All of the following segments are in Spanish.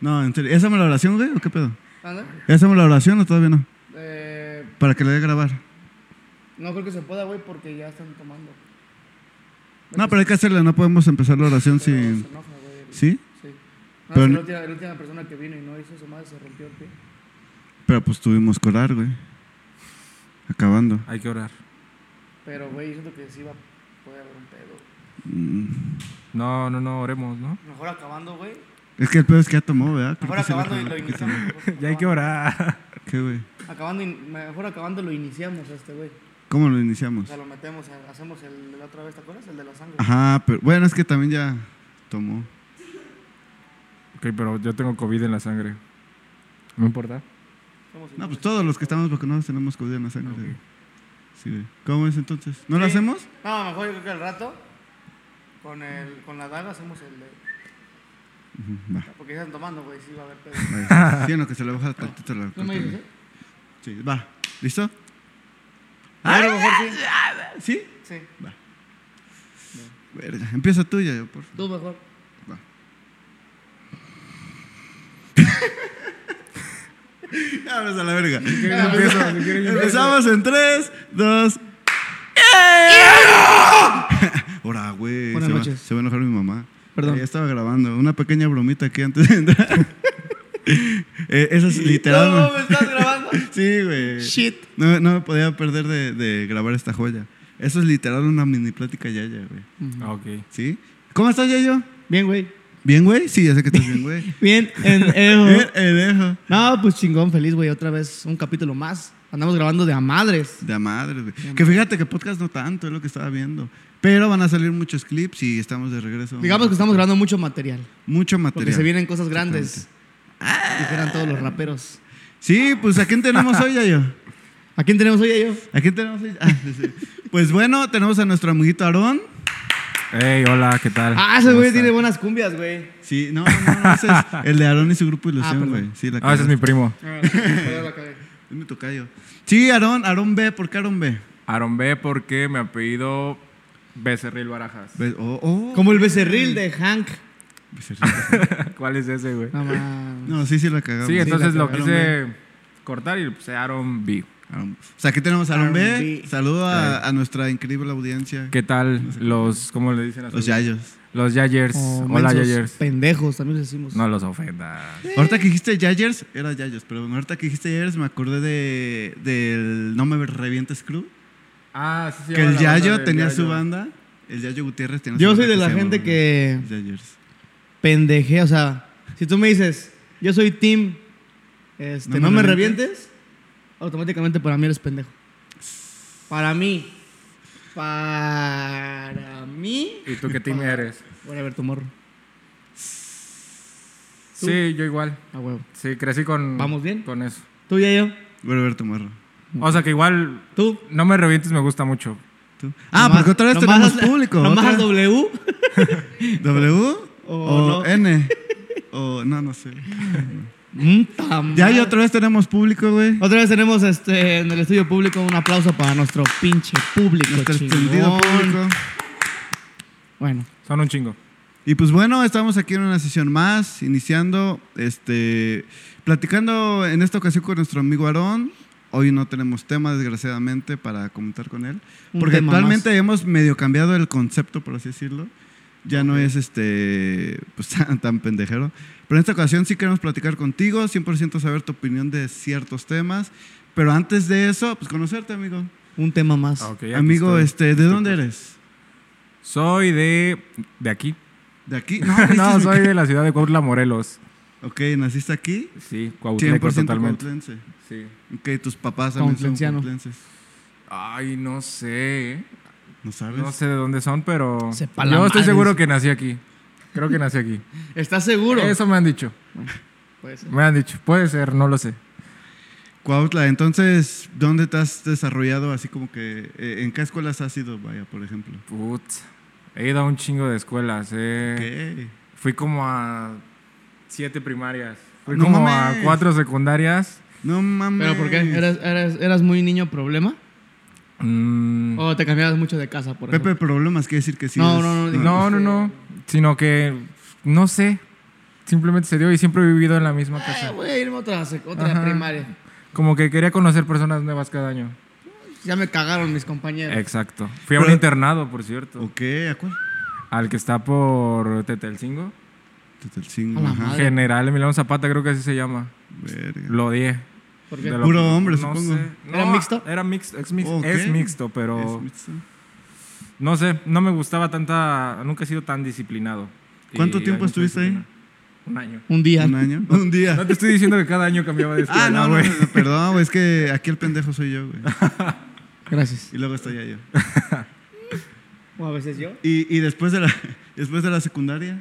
No, en serio. ¿Ya hacemos la oración, güey? ¿O qué pedo? ¿Anda? ¿Ya hacemos la oración o todavía no? Eh, Para que le dé grabar. no creo que se pueda, güey, porque ya están tomando. No, pero hay que hacerla, no podemos empezar la oración Pero sin. se enoja, güey, el- ¿Sí? Sí. No, Pero es que no- la, última, la última persona que vino y no hizo su madre se rompió el pie. Pero pues tuvimos que orar, güey. Acabando. Hay que orar. Pero, güey, yo siento que sí va puede haber un pedo. Mm. No, no, no, oremos, ¿no? Mejor acabando, güey. Es que el pedo es que ya tomó, ¿verdad? Creo Mejor que sí le acabando y tomó lo poquito, iniciamos. mejor Ya hay que acabando. orar. ¿Qué, güey? Acabando y- mejor acabando lo iniciamos a este, güey. ¿Cómo lo O iniciamos? sea, lo metemos, a- hacemos el de la otra vez, ¿te acuerdas? El de la sangre. Ajá, pero bueno, es que también ya tomó. Ok, pero yo tengo COVID en la sangre. No importa. Somos No, pues inocentes. todos los que estamos vacunados tenemos COVID en la sangre. Ok. güey. Sí, güey. ¿Cómo es entonces? ¿No lo Sí. hacemos? No, mejor yo creo que al rato, con, el, con la daga hacemos el de... Ujú, va. Porque ya están tomando, güey, sí va a haber pedo. Sí, en lo que se le baja tantito la ¿Tú me dices, eh? Sí, va. ¿Listo? A lo mejor sí. ¿Sí? Sí, Verga. Empieza tú ya, yo, por favor. tú mejor. Va. Vámonos a la verga. Empezamos en 3, 2. Hola, güey. Buenas se va- noches. se va a enojar mi mamá. Perdón. Ya estaba grabando. Una pequeña bromita aquí antes de entrar. Eh, esa es literal. No, me estás grabando. Sí, güey. Shit. No, no me podía perder de, de grabar esta joya. Eso es literal una mini plática yaya, güey. Ah, ok. ¿Sí? ¿Cómo estás, Yayo? Bien, güey. ¿Bien, güey? Sí, ya sé que estás bien, güey. Eh, Bien, en Bien, Ejo. herejo. No, pues chingón, feliz, güey. Otra vez un capítulo más. Andamos grabando de a madres. De a madre, güey. Que fíjate que podcast no tanto, es lo que estaba viendo. Pero van a salir muchos clips y estamos de regreso. Digamos que estamos grabando mucho material. Mucho Porque material. se vienen cosas grandes. Dijeran todos los raperos. Sí, pues ¿a quién tenemos hoy, Yayo? ¿A quién tenemos hoy, yo? ¿A quién tenemos hoy? Ah, sí. Pues bueno, tenemos a nuestro amiguito Aarón. Hey, hola, ¿qué tal? Ah, ese ¿Cómo güey están? tiene buenas cumbias, güey. Sí, no, no, no, ese es el de Aarón y su grupo Ah, Ilusión, perdón. güey. sí, la Ah, ese es mi primo. Ah, ya la cagué. Es mi tocayo. Sí, Aarón, Aarón B, ¿por qué Aarón B? Aaron B, porque me apellido Becerril Barajas. Ve- Oh, oh. Pues, Como el becerril de Hank. ¿Cuál es ese, güey? No, mames. No, sí, sí la cagamos. Sí, entonces la lo cagaron, quise cortar y puse Aaron B. Aarón- O sea, aquí tenemos a Aarón B. Aarón B. Saludo a, a nuestra increíble audiencia. ¿Qué tal los, cómo le dicen a Los Oh, sus- yayos. Los Yayers. O hola, mensos Yayers. Pendejos, también les decimos. No los ofendas. Ahorita que dijiste Yayers, era Yayos, pero bueno, ahorita que dijiste Yayers me acordé de del No me revientes crew. Ah, sí, sí. que el Yayo tenía su banda, el Yayo Gutiérrez tenía Yo su soy banda de la se gente llamaba que Yayers. pendejea. O sea, si tú me dices, yo soy Tim, este, No no, me me revientes. revientes, automáticamente para mí eres pendejo. Para mí. Para mí. ¿Y tú qué team eres? Voy a ver tu morro. ¿Tú? Sí, yo igual. A huevo. Sí, crecí con. ¿Vamos bien? Con eso. Tú y yo. Voy a ver tu morro. O sea que igual. Tú. No me revientes, me gusta mucho. Tú. Ah, Nomás- porque otra vez nomás tenemos haz- público. Nomás otra- haz W. ¿W? O ¿O no. N? O no, no sé. Mm, ta madre. Yayo, otra vez tenemos público, güey. Otra vez tenemos este, en el estudio público un aplauso para nuestro pinche público. Nuestro chingón. extendido público. Bueno, Son un chingo. Y pues bueno, estamos aquí en una sesión más, iniciando, este, platicando en esta ocasión con nuestro amigo Aarón. Hoy no tenemos tema, desgraciadamente, para comentar con él. Un Porque tema actualmente hemos medio cambiado el concepto, por así decirlo. Ya no es este pues, tan, tan pendejero. Pero en esta ocasión sí queremos platicar contigo, 100% saber tu opinión de ciertos temas. Pero antes de eso, pues conocerte, amigo. un tema más. Ah, ok, aquí amigo, estoy. pues este, ¿de dónde eres? Soy de. de aquí. ¿De aquí? No, dices- soy de la ciudad de Cuautla, Morelos. Ok, ¿naciste aquí? Sí, 100% Cuautleco totalmente. cuautlense. Sí. Ok, tus papás también son Cuautlenciano. cuautlenses. Ay, no sé. ¿eh? ¿No sabes? No sé de dónde son, pero. Sepa la Yo estoy madre. seguro que nací aquí. Creo que nací aquí. ¿Estás seguro? Pues, Eso me han dicho. Puede ser. Me han dicho. Puede ser, no lo sé. Cuautla, entonces, ¿dónde te has desarrollado así como que... eh, ¿En qué escuelas has ido, vaya, por ejemplo? Putz. He ido a un chingo de escuelas. Ok. Eh. Fui como a siete primarias. Fui No como mames. a cuatro secundarias. No mames. ¿Pero por qué? ¿Eras, eras, eras muy niño problema? Mm, Oh, ¿O te cambiabas mucho de casa, por Pepe ejemplo? Ah, Problemas quiere decir que sí. No, eres- no, no, no, no, no. Sino que no sé. simplemente se dio y siempre he vivido en la misma casa. Eh, voy a irme a otra, sec- otra Ajá. primaria. Como que quería conocer personas nuevas cada año. Ya me cagaron mis compañeros. Exacto. Fui a Pero- un internado, por cierto. ¿O qué? ¿A cuál? Al que está por Tetelcingo. Tetelcingo, A la ajá. madre. General Emiliano Zapata, creo que así se llama. Verga. Lo odié. ¿Por De qué? lo Puro que- hombre, supongo. ¿Era mixto? Era mixto, es mixto, Ok. es mixto, pero Es mixto. no sé, no me gustaba tanta, nunca he sido tan disciplinado. ¿Cuánto Y tiempo hay mucha estuviste ahí? disciplina. Un año. Un día. ¿Un año? ¿Un No día? te estoy diciendo que cada año cambiaba de escuela, Ah, no, no, güey. no, perdón, güey, es que aquí el pendejo soy yo, güey. Gracias. Y luego estoy yo. O a veces yo. Y, y después, de la, después de la secundaria.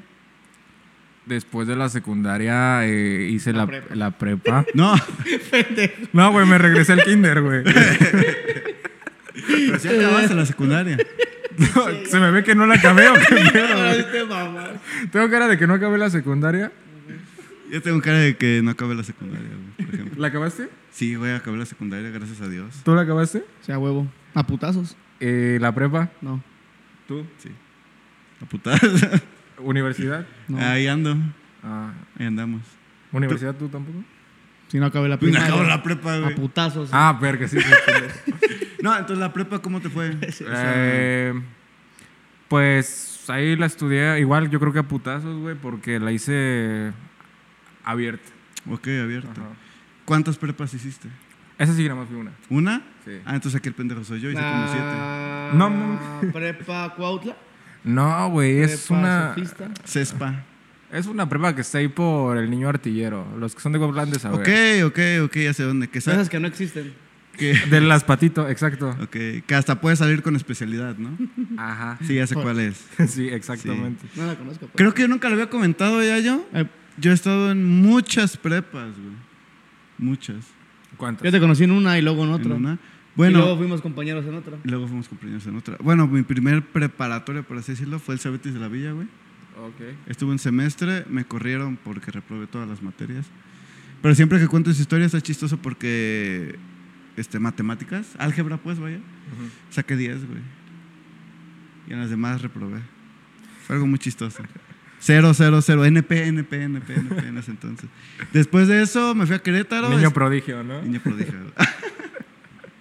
Después de la secundaria eh, hice la, La prepa. la prepa. No, No, güey, me regresé al kinder, güey. pero sí acabaste la secundaria. Se me ve que no la acabé. ¿o qué pedo, Ahora güey? sí te mamas. Tengo cara de que no acabé la secundaria. Yo tengo cara de que no acabé la secundaria, güey, por ejemplo. ¿La acabaste? Sí, güey, acabé la secundaria, gracias a Dios. ¿Tú la acabaste? O sea, huevo. A putazos. Eh, la prepa. No. ¿Tú? Sí. A putadas. ¿Universidad? No. Ahí ando, Ah, ahí andamos. ¿Universidad tú tampoco? Si no acabé la Pues me primaria. acabo la prepa, A güey. putazos. Ah, verga, sí. sí, sí. No, entonces la prepa, ¿cómo te fue? O sea, Eh, pues ahí la estudié, igual yo creo que a putazos, güey, porque la hice abierta. ok, abierto. Ajá. ¿Cuántas prepas hiciste? Esa sí, nada más fui una. ¿Una? Sí. Ah, entonces aquí el pendejo soy yo, hice como siete. Ah, No, no. Prepa Cuautla. No, güey, es prepa una. Sofista. Cespa. Es una prepa que está ahí por el niño artillero. Los que son de Coatlán de saber. Ok, ok, ok, ya sé dónde. Que, sa- Esas que no existen. que, De las patitos, exacto. ok, que hasta puedes salir con especialidad, ¿no? Ajá. Sí, ya sé cuál es. Sí, exactamente. No la conozco. pues. Creo que yo nunca lo había comentado ya yo. Eh, Yo he estado en muchas prepas, güey. Muchas. ¿Cuántas? yo te conocí en una y luego en otra. En una. Bueno. Bueno, Y luego fuimos compañeros en otra. fuimos compañeros en otra. Bueno, mi primer preparatoria, por así decirlo, fue el Cebetis de la Villa, güey. Ok. Estuve un semestre, me corrieron porque reprobé todas las materias. Pero siempre que cuento esa historia está chistoso porque. Este, matemáticas, álgebra, pues, vaya. Ujú. Saqué 10, güey. Y en las demás reprobé. Fue algo muy chistoso. 0, 0, 0. NP, NP, NP, NP en ese entonces. Después de eso me fui a Querétaro. Niño Es- prodigio, ¿no? Niño prodigio. güey.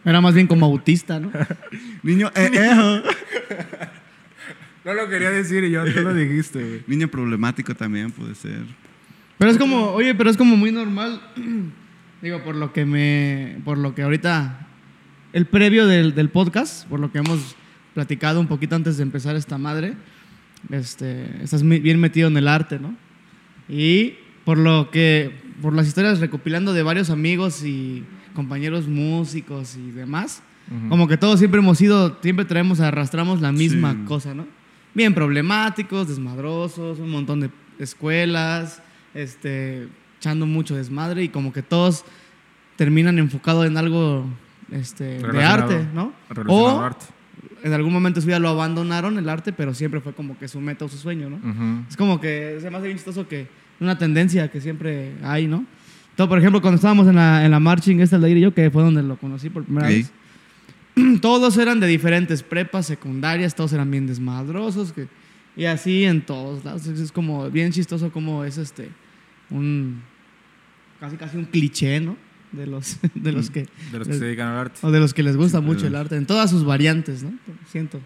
Era más bien como autista, ¿no? Niño eh, ejo. No lo quería decir y yo tú lo dijiste, güey. Niño problemático también puede ser. Pero es como, oye, pero es como muy normal. Digo, por lo que me. Por lo que ahorita. El previo del, del podcast, por lo que hemos platicado un poquito antes de empezar esta madre. Este, estás mi- bien metido en el arte, ¿no? Y por lo que. Por las historias recopilando de varios amigos y compañeros músicos y demás. Ujú. Como que todos siempre hemos sido. Siempre traemos, arrastramos la misma Sí. cosa, ¿no? bien problemáticos, desmadrosos, un montón de escuelas, este, echando mucho desmadre y como que todos terminan enfocados en algo este, de Relacionado- arte, ¿no? relacionado O al arte. en algún momento de su vida lo abandonaron el arte, pero siempre fue como que su meta o su sueño, ¿no? Ujú. Es como que se me hace bien chistoso que una tendencia que siempre hay, ¿no? Todo, por ejemplo, cuando estábamos en la, en la marching, esta el y yo, que fue donde lo conocí por primera Sí. vez, todos eran de diferentes prepas, secundarias, todos eran bien desmadrosos, que, y así en todos lados. Es es como bien chistoso como es este, un, casi casi un cliché, ¿no? De los, de los que, De los que se dedican al arte. o de los que les gusta Siempre mucho el es. arte, en todas sus variantes, ¿no? Siento,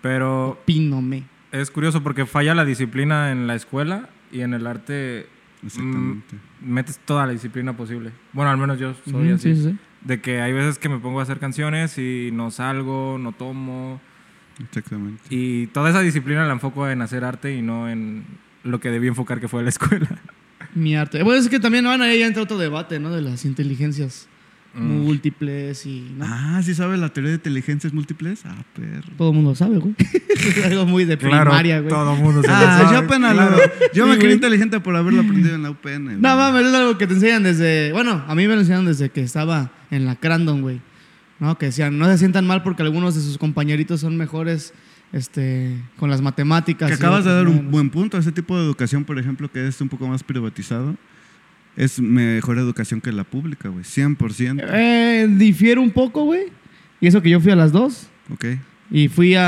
Pero pínome. es curioso porque falla la disciplina en la escuela y en el arte mm, Exactamente. metes toda la disciplina posible. Bueno, al menos yo soy Ujú, así. sí, sí, sí. De que hay veces que me pongo a hacer canciones y no salgo, no tomo. Mm. Exactamente. Y toda esa disciplina la enfoco en hacer arte y no en lo que debí enfocar que fue la escuela. Mi arte. Bueno, es que también van ahí ya entra otro debate, ¿no? De las inteligencias Mm. múltiples y. ¿no? Ah, ¿sí sabes la teoría de inteligencias múltiples? Ah, perro. Todo el mundo sabe, güey. es algo muy de primaria, güey. todo mundo se lo Ah, sabe. yo apenas lo- Claro. Yo Sí, me creí güey. inteligente por haberlo aprendido en la UPN. güey. No mames, es algo que te enseñan desde. Bueno, a mí me lo enseñaron desde que estaba en la Crandon, güey. ¿No? Que decían, no se sientan mal porque algunos de sus compañeritos son mejores este, con las matemáticas. Que y acabas de otros dar un menos. buen punto. Ese tipo de educación, por ejemplo, que es un poco más privatizado, es mejor educación que la pública, güey. 100%. Eh, difiere un poco, güey. Y eso que yo fui a las dos. Ok. Y fui a,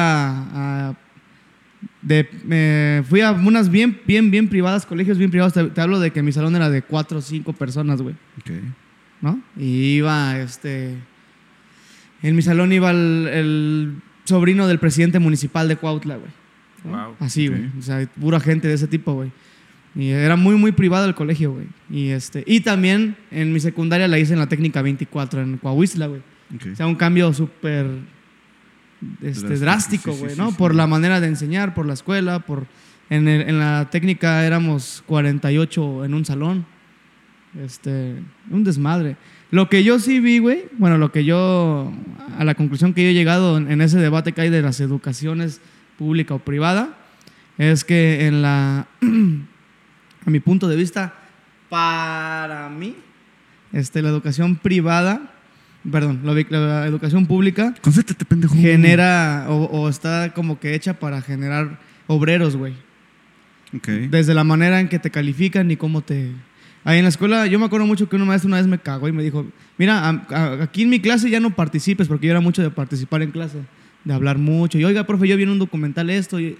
a de, eh, fui a unas bien, bien, bien privadas, colegios bien privados. Te, te hablo de que mi salón era de cuatro o cinco personas, güey. Ok. ¿no? Y iba, este, en mi salón iba el, el sobrino del presidente municipal de Cuautla, güey. ¿no? Wow. Así, güey. Ok. O sea, pura gente de ese tipo, güey. Y era muy, muy privado el colegio, güey. Y, este, y también en mi secundaria la hice en la técnica 24, en Coahuisla, güey. ok. O sea, un cambio súper este, Drástico, drástico, sí, sí, güey, sí, ¿no? sí. por la manera de enseñar, por la escuela, por... En, el- en la técnica éramos 48 en un salón. Este, un desmadre. Lo que yo sí vi, güey, bueno, lo que yo, a la conclusión que yo he llegado en, en ese debate que hay de las educaciones pública o privada, es que en la, a mi punto de vista, para mí, este, la educación privada, perdón, la, vi- la educación pública Concéntrate, pendejo. genera o, o está como que hecha para generar obreros, güey. Ok. Desde la manera en que te califican y cómo te... Ahí en la escuela, yo me acuerdo mucho que una maestra una vez me cagó y me dijo, mira, a- a- aquí en mi clase ya no participes, porque yo era mucho de participar en clase, de hablar mucho. Y oiga, profe, yo vi en un documental esto. Y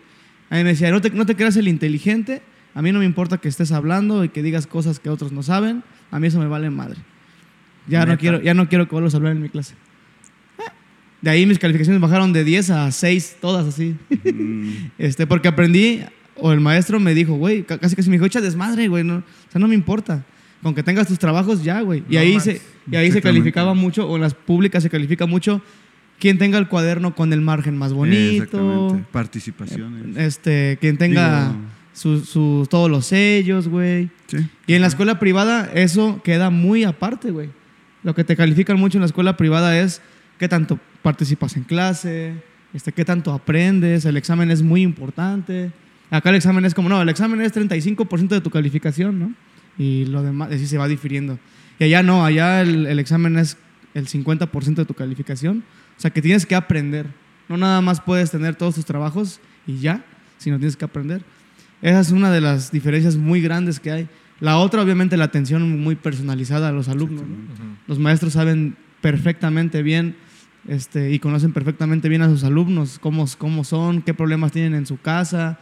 a mí me decía, no te, no te creas el inteligente, a mí no me importa que estés hablando y que digas cosas que otros no saben, a mí eso me vale madre. Ya, no Neta. quiero, ya no quiero que vuelvas a hablar en mi clase. Ah. De ahí mis calificaciones bajaron de 10 a 6, todas así. Mm, Este, porque aprendí, o el maestro me dijo, güey, ca- casi casi me dijo, echa desmadre, güey, no, o sea, no me importa. Con que tengas tus trabajos ya, güey. Y No ahí, manches. se, y ahí se Exactamente. calificaba mucho, o en las públicas se califica mucho, quien tenga el cuaderno con el margen más bonito, Exactamente. Participaciones. este, quien tenga Digo- sus- sus- todos los sellos, güey. Sí. Y en la escuela privada eso queda muy aparte, güey. Lo que te califican mucho en la escuela privada es qué tanto participas en clase, este, qué tanto aprendes, el examen es muy importante. Acá el examen es como, no, el examen es 35% de tu calificación, ¿no? Y lo demás, así se va difiriendo. Y allá no, allá el, el examen es el 50% de tu calificación. O sea, que tienes que aprender. No nada más puedes tener todos tus trabajos y ya, sino tienes que aprender. Esa es una de las diferencias muy grandes que hay. La otra, obviamente, la atención muy personalizada a los alumnos. ¿no? Ujú. Los maestros saben perfectamente bien este, y conocen perfectamente bien a sus alumnos, cómo, cómo son, qué problemas tienen en su casa,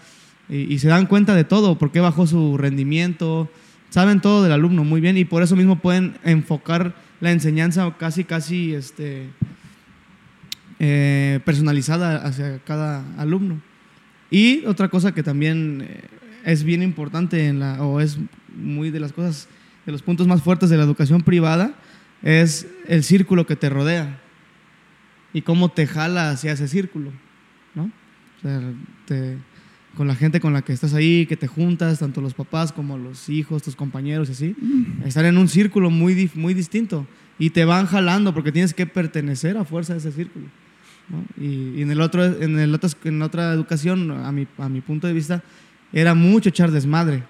y, y se dan cuenta de todo, por qué bajó su rendimiento, saben todo del alumno muy bien y por eso mismo pueden enfocar la enseñanza casi, casi este, eh, personalizada hacia cada alumno. Y otra cosa que también eh, es bien importante en la, o es muy de las cosas, de los puntos más fuertes de la educación privada, es el círculo que te rodea y cómo te jala hacia ese círculo, ¿no? O sea, te- con la gente con la que estás ahí, que te juntas, tanto los papás como los hijos, tus compañeros y así, estar en un círculo muy, dif- muy distinto y te van jalando porque tienes que pertenecer a fuerza de ese círculo. ¿no? Y, y en, el otro, en, el otro, en la otra educación, a mi, a mi punto de vista, era mucho echar desmadre.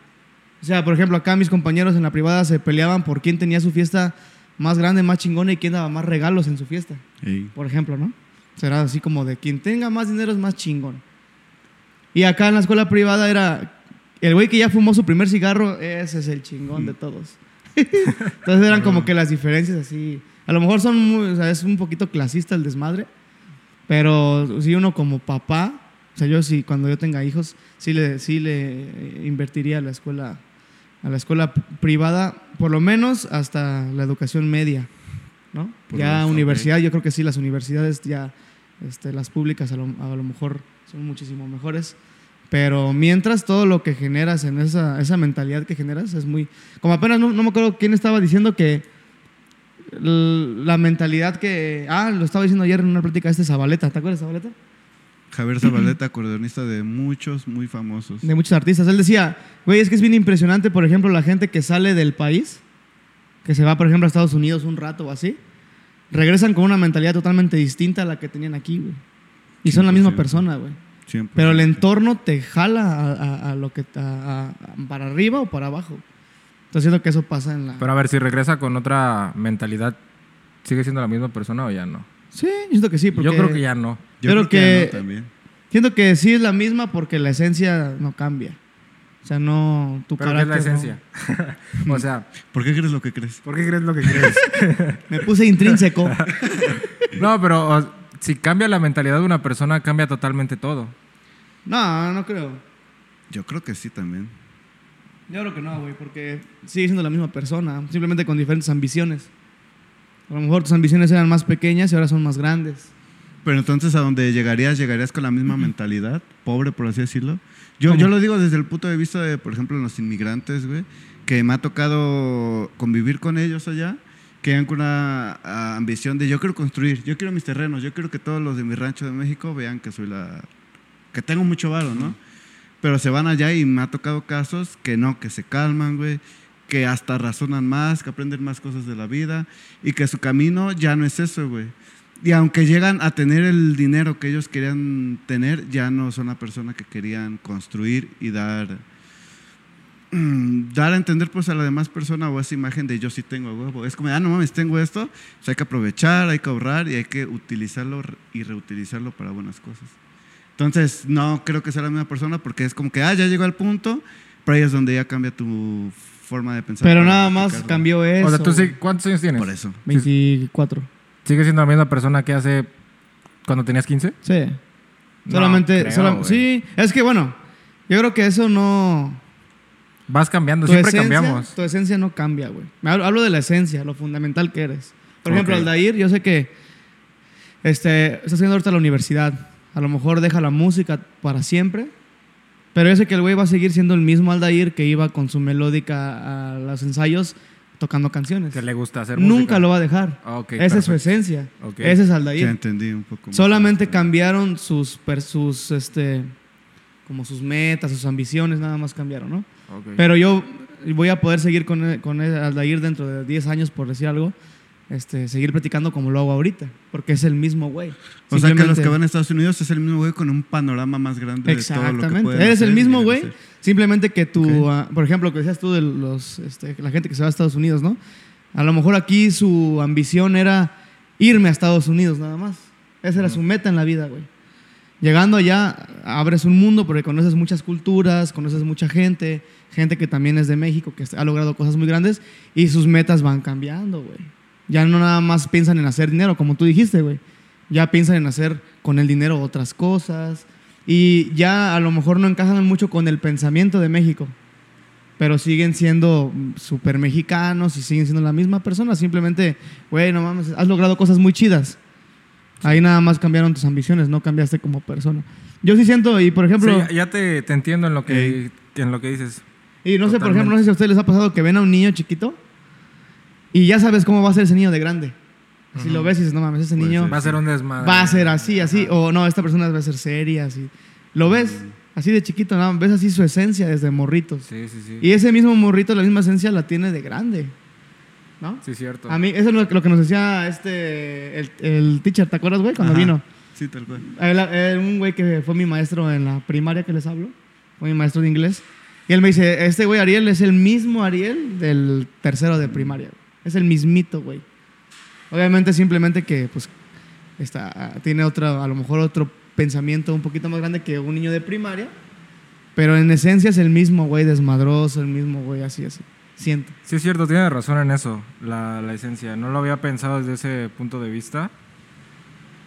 O sea, por ejemplo, acá mis compañeros en la privada se peleaban por quién tenía su fiesta más grande, más chingona y quién daba más regalos en su fiesta, Ey. por ejemplo, ¿no? Será así como de quien tenga más dinero es más chingón. Y acá en la escuela privada era el güey que ya fumó su primer cigarro, ese es el chingón de todos. Entonces eran como que las diferencias así. A lo mejor son muy- o sea, es un poquito clasista el desmadre, pero si uno como papá, o sea, yo sí, cuando yo tenga hijos, sí le, sí le eh, invertiría a la escuela, a la escuela privada, por lo menos hasta la educación media, ¿no? Por lo ya menos, universidad, yo creo que sí, las universidades ya, este, las públicas a lo, a lo mejor son muchísimo mejores. Pero mientras todo lo que generas en esa, esa mentalidad que generas es muy... Como apenas no, no me acuerdo quién estaba diciendo que l- la mentalidad que... Ah, lo estaba diciendo ayer en una plática este Zabaleta. ¿Te acuerdas de Zabaleta? Javier Zabaleta, acordeonista de muchos, muy famosos. De muchos artistas. Él decía, güey, es que es bien impresionante, por ejemplo, la gente que sale del país, que se va, por ejemplo, a Estados Unidos un rato o así, regresan con una mentalidad totalmente distinta a la que tenían aquí, güey. Y son la misma 100%. persona, güey. 100%. Pero el entorno te jala a, a- a lo que a- a- para arriba o para abajo. Entonces siento que eso pasa en la. Pero a ver, si regresa con otra mentalidad, ¿sigue siendo la misma persona o ya no? sí, yo siento que sí. Porque Yo creo que ya no. Yo creo Pero que... que- ya no también. Siento que sí es la misma porque la esencia no cambia. O sea, no tu Pero ¿qué es la carácter, esencia? o sea, ¿Por qué crees lo que crees? ¿por qué crees lo que crees? no. Me puse intrínseco. no, pero o- si cambia la mentalidad de una persona, cambia totalmente todo. No, no creo. Yo creo que sí también. Yo creo que no, güey, porque sigue siendo la misma persona, simplemente con diferentes ambiciones. A lo mejor tus ambiciones eran más pequeñas y ahora son más grandes. Pero entonces a donde llegarías, llegarías con la misma mentalidad, pobre por así decirlo. Yo, yo lo digo desde el punto de vista de, por ejemplo, los inmigrantes, güey, que me ha tocado convivir con ellos allá, que llegan con una ah, ambición de yo quiero construir, yo quiero mis terrenos, yo quiero que todos los de mi rancho de México vean que soy la... que tengo mucho varo, ¿no? Pero se van allá y me ha tocado casos que no, que se calman, güey, que hasta razonan más, que aprenden más cosas de la vida y que su camino ya no es eso, güey. Y aunque llegan a tener el dinero que ellos querían tener, ya no son la persona que querían construir y dar mm, dar a entender pues a la demás persona o esa imagen de yo sí tengo huevo. Es como, ah, no mames, tengo esto, pues hay que aprovechar, hay que ahorrar y hay que utilizarlo re- y reutilizarlo para buenas cosas. Entonces, no creo que sea la misma persona porque es como que, ah, ya llegó al punto, pero ahí es donde ya cambia tu forma de pensar. Pero para nada más aplicarlo. cambió eso. O sea, tú sí- güey. ¿cuántos años tienes? Por eso. 24. ¿Sigues siendo la misma persona que hace cuando tenías 15? Sí. No, Solamente. creo, solam- güey. sí, es que bueno, yo creo que eso no. Vas cambiando, tu siempre esencia- cambiamos. Tu esencia no cambia, güey. Me Hablo, hablo de la esencia, lo fundamental que eres. Por ejemplo, Ok. Aldair, yo sé que este, estás haciendo ahorita la universidad. A lo mejor deja la música para siempre. Pero yo sé que el güey va a seguir siendo el mismo Aldair que iba con su melódica a los ensayos tocando canciones. Que le gusta hacer música. Ah, Nunca lo va a dejar. Ok, Esa es su perfecto. esencia. Ok. Ese es Ya Aldair. entendí un poco. más. Solamente cambiaron sus, per- sus, este, como sus metas, sus ambiciones, nada más cambiaron, ¿no? Ok. Pero yo voy a poder seguir con, con Aldair dentro de 10 años, por decir algo, este, seguir platicando como lo hago ahorita, porque es el mismo güey. O sea que los Simplemente- que van a Estados Unidos es el mismo güey con un panorama más grande de todo lo que Exactamente. pueden Eres el hacer y mismo llegar a güey. hacer. Simplemente que tú, Ok. ah, por ejemplo, que decías tú de los, este, la gente que se va a Estados Unidos, ¿no? A lo mejor aquí su ambición era irme a Estados Unidos nada más. Esa era su meta en la vida, güey. Llegando allá, abres un mundo porque conoces muchas culturas, conoces mucha gente, gente que también es de México, que ha logrado cosas muy grandes y sus metas van cambiando, güey. Ya no nada más piensan en hacer dinero, como tú dijiste, güey. Ya piensan en hacer con el dinero otras cosas y ya a lo mejor no encajan mucho con el pensamiento de México, pero siguen siendo súper mexicanos y siguen siendo la misma persona. Simplemente, güey, no mames, has logrado cosas muy chidas. Ahí nada más cambiaron tus ambiciones, no cambiaste como persona. Yo sí siento, y por ejemplo, Sí, ya- ya te, te entiendo en lo que, en lo que dices. y no sé, por totalmente. ejemplo, no sé si a ustedes les ha pasado que ven a un niño chiquito y ya sabes cómo va a ser ese niño de grande. Si lo ves y dices, no mames, ese Puede niño ser. Va a ser un desmadre. va a ser así, así, o no, esta persona va a ser seria, así. Lo ves así de chiquito, ¿no? ves así su esencia desde morritos. Sí, sí, sí. Y ese mismo morrito, la misma esencia la tiene de grande. ¿No? Sí, cierto. A mí, eso es lo, lo que nos decía este, el, el teacher, ¿te acuerdas, güey? Cuando Ajá. vino. Sí, tal cual. Él- él- un güey que fue mi maestro en la primaria que les hablo, fue mi maestro de inglés. Y él me dice, este güey Ariel es el mismo Ariel del tercero de primaria. güey. Es el mismito, güey. Obviamente simplemente que pues está, tiene otra, a lo mejor otro pensamiento un poquito más grande que un niño de primaria. Pero en esencia es el mismo güey desmadroso, el mismo güey así, así. Siento. Sí, es cierto, tienes razón en eso, la, la esencia. No lo había pensado desde ese punto de vista,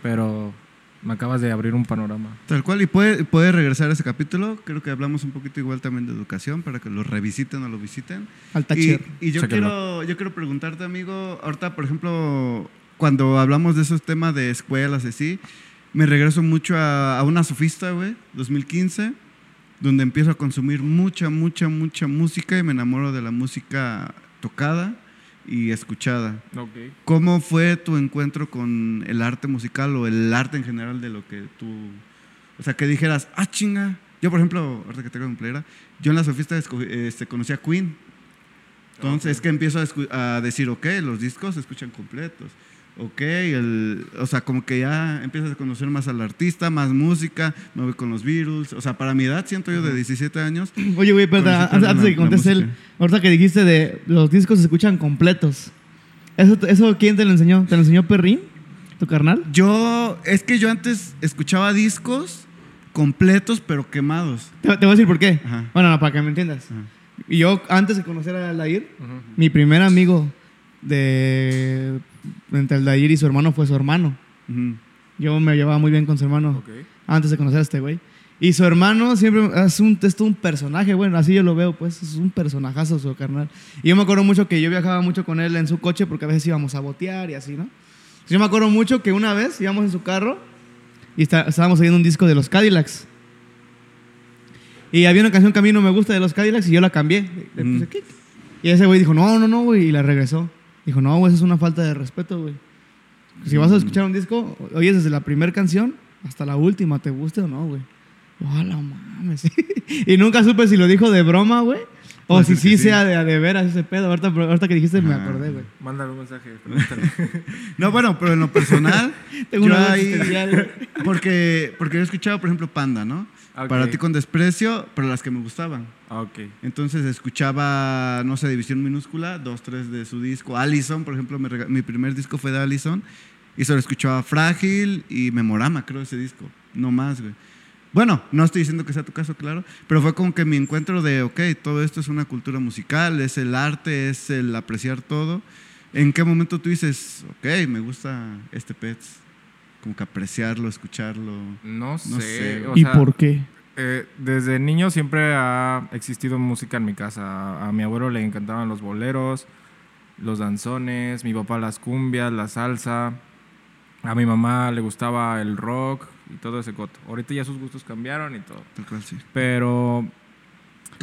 pero me acabas de abrir un panorama. Tal cual. Y puede, puede regresar a ese capítulo. Creo que hablamos un poquito igual también de educación para que lo revisiten o lo visiten. Al Y, tachir. y yo, Chéquenlo. quiero, yo quiero preguntarte, amigo, ahorita, por ejemplo, cuando hablamos de esos temas de escuelas y así, me regreso mucho a, a una sofista, güey, 2015, donde empiezo a consumir mucha, mucha, mucha música y me enamoro de la música tocada y escuchada. Ok. ¿Cómo fue tu encuentro con el arte musical o el arte en general de lo que tú... O sea, que dijeras, ah, chinga. Yo, por ejemplo, ahorita que tengo en playera, yo en la sofista esco- este, conocí a Queen. Entonces, es que empiezo a, escu- a decir, ok, los discos se escuchan completos. Ok, el, o sea, como que ya empiezas a conocer más al artista, más música, me voy con los Beatles. O sea, para mi edad, siento yo de 17 años, Oye, güey, pero Conociste antes, la- antes de que la conteste él, música. ahorita que dijiste de los discos se escuchan completos. ¿Eso, eso quién te lo enseñó? ¿Te lo enseñó Perrín? ¿Tu carnal? yo, es que yo antes escuchaba discos completos pero quemados. Te, te voy a decir por qué. Ajá. Bueno, no, para que me entiendas. Ajá. Y yo, antes de conocer a Aldair, mi primer amigo de entre Aldair y su hermano fue su hermano. Ujú. Yo me llevaba muy bien con su hermano Ok. antes de conocer a este güey. Y su hermano siempre es, un, es todo un personaje, bueno, así yo lo veo, pues es un personajazo su carnal. Y yo me acuerdo mucho que yo viajaba mucho con él en su coche porque a veces íbamos a botear y así, ¿no? Entonces, yo me acuerdo mucho que una vez íbamos en su carro y está- estábamos oyendo un disco de los Cadillacs. Y había una canción que a mí no me gusta de los Cadillacs y yo la cambié. Le Mm. puse kick. Y ese güey dijo, no, no, no, güey, y la regresó. Dijo, no, güey, eso es una falta de respeto, güey. Si vas a escuchar un disco, oyes desde la primera canción hasta la última, te guste o no, güey. ¡Hola, mames! y nunca supe si lo dijo de broma, güey, o Puede ser si que sí sí. sea de, a de veras ese pedo. Ahorita, ahorita que dijiste me Ah. acordé, güey. Mándale un mensaje. pregúntale. No, bueno, pero en lo personal, Tengo yo una ahí- ahí... porque, porque yo escuchaba, por ejemplo, Panda, ¿no? Ah, ok. Para ti con desprecio, pero las que me gustaban. Ah, ok. Entonces escuchaba, no sé, División Minúscula, dos, tres de su disco. Allison, por ejemplo, me rega- mi primer disco fue de Allison. Y solo escuchaba Frágil y Memorama, creo, ese disco. No más, güey. Bueno, no estoy diciendo que sea tu caso, claro, pero fue como que mi encuentro de, ok, todo esto es una cultura musical, es el arte, es el apreciar todo. ¿En qué momento tú dices, ok, me gusta este Pets? Como que apreciarlo, escucharlo. No sé. sé. o ¿Y sea, por qué? eh, desde niño siempre ha existido música en mi casa. A, a mi abuelo le encantaban los boleros, los danzones, mi papá las cumbias, la salsa. A mi mamá le gustaba el rock y todo ese coto. Ahorita ya sus gustos cambiaron y todo. Tal cual, sí. Pero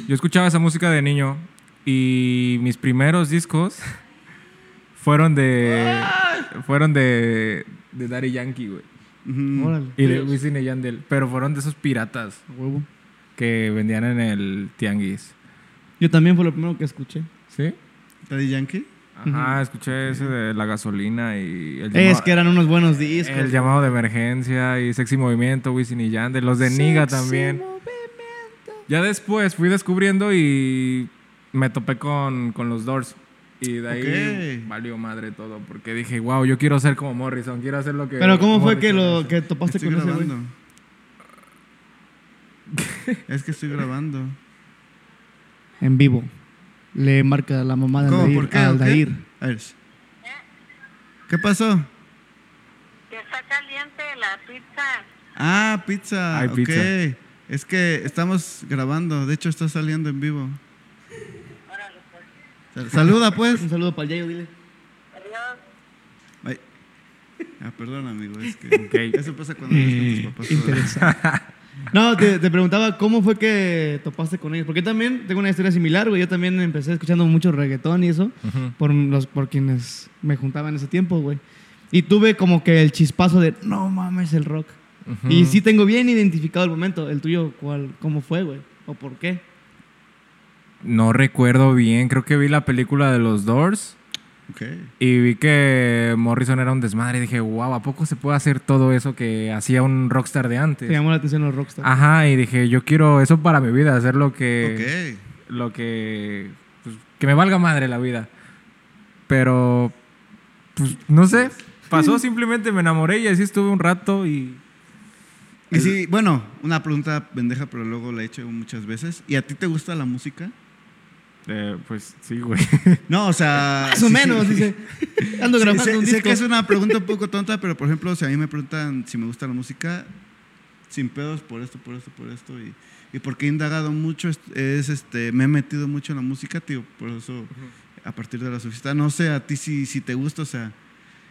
yo escuchaba esa música de niño y mis primeros discos fueron de fueron de de Daddy Yankee, güey, Ujú. Órale. Pues, y de Wisin y Yandel, pero fueron de esos piratas A huevo. que vendían en el tianguis. Yo también fue lo primero que escuché. ¿Sí? ¿Daddy Yankee? Ajá, escuché ese de la gasolina y Es el llamado, que eran unos buenos discos. el llamado de emergencia y Sexy Movimiento, Wisin y Yandel, los de Niga también. Ya después fui descubriendo y me topé con, con los Doors. Y de ahí Ok. valió madre todo. Porque dije, wow, yo quiero ser como Morrison. Quiero hacer lo que. Pero ¿cómo fue que, Morrison lo, hace. que topaste Estoy con ese güey? grabando. es que estoy grabando. En vivo. Le marca la mamá de ¿Cómo? Aldair. ¿Por qué? a ¿O qué? Aldair. A ver. ¿Qué pasó? Que está caliente la pizza. Ah, pizza. Ay, ok. pizza. Es que estamos grabando. De hecho, está saliendo en vivo. Sal- Saluda, pues. Un saludo para el Yayo, dile. Adiós. Ay. Ah, perdón, amigo. Es que Ok. eso pasa cuando eres con tus papás. Eh, Interesante. No, te, te preguntaba cómo fue que topaste con ellos. Porque yo también tengo una historia similar, güey. Yo también empecé escuchando mucho reggaetón y eso. por, los, por quienes me juntaban en ese tiempo, güey. Y tuve como que el chispazo de, no mames, el rock. Ujú. Y sí tengo bien identificado el momento. El tuyo, cuál, ¿cómo fue, güey? ¿O por qué? No recuerdo bien. Creo que vi la película de los Doors. Ok. Y vi que Morrison era un desmadre. Y dije, wow, ¿a poco se puede hacer todo eso que hacía un rockstar de antes? Te llamó la atención los rockstars. Ah, Ajá, y dije, yo quiero eso para mi vida. Hacer lo que. Ok. lo que pues, que me valga madre la vida. Pero pues no sé, pasó simplemente me enamoré y así estuve un rato y Y sí, bueno, una pregunta pendeja, pero luego la he hecho muchas veces. ¿Y a ti te gusta la música? eh, pues sí, güey. No, o sea. Más o sí, menos, sí. dice. Ando Sí, grabando sé, un sé disco. que es una pregunta un poco tonta, pero por ejemplo, si a mí me preguntan si me gusta la música, sin pedos, por esto, por esto, por esto, y, y porque he indagado mucho, es, es, este, me he metido mucho en la música, tío, por eso a partir de la sofista, no sé a ti si, si te gusta, o sea,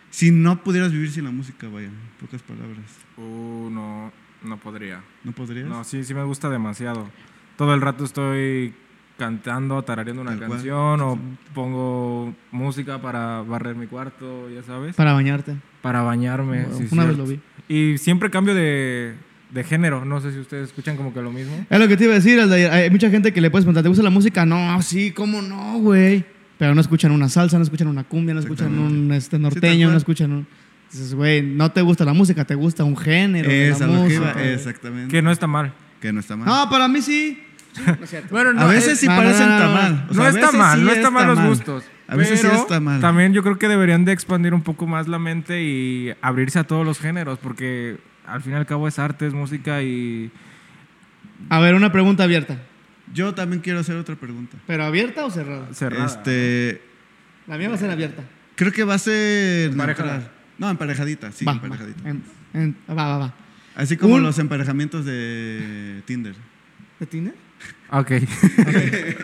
si no pudieras vivir sin la música, vaya, en pocas palabras, Uh, no no podría. ¿no podrías? No, sí, sí me gusta demasiado. Todo el rato estoy cantando, tarareando una Tal cual, canción o exactamente. pongo música para barrer mi cuarto, ya sabes, Para bañarte. para bañarme. Wow, sí, una vez cierto. lo vi. Y siempre cambio de, de género, no sé si ustedes escuchan como que lo mismo. Es lo que te iba a decir, Aldair. Hay mucha gente que le puedes preguntar, ¿te gusta la música? No, sí, ¿cómo no, güey? Pero no escuchan una salsa, no escuchan una cumbia, no escuchan Exactamente. un este, tal norteño, cual. no escuchan un... Dices, güey, no te gusta la música, te gusta un género de Es la a lo que música. iba, güey. exactamente, Que no está mal. que no está mal. No, para mí sí. Bueno, eh, a veces sí no, no, parecen no, no, tan no. mal. O sea, no a está veces mal, sí no está mal los gustos. A veces sí pero está mal. También yo creo que deberían de expandir un poco más la mente y abrirse a todos los géneros, porque al fin y al cabo es arte, es música y. A ver, una pregunta abierta. Yo también quiero hacer otra pregunta. ¿Pero abierta o cerrada? Cerrada. Este, La mía va a ser abierta. Creo que va a ser Emparejada. neutral. No, emparejadita, sí, emparejadita. En- en- va, va, va. Así como Un- los emparejamientos de Tinder. ¿De Tinder? Ok.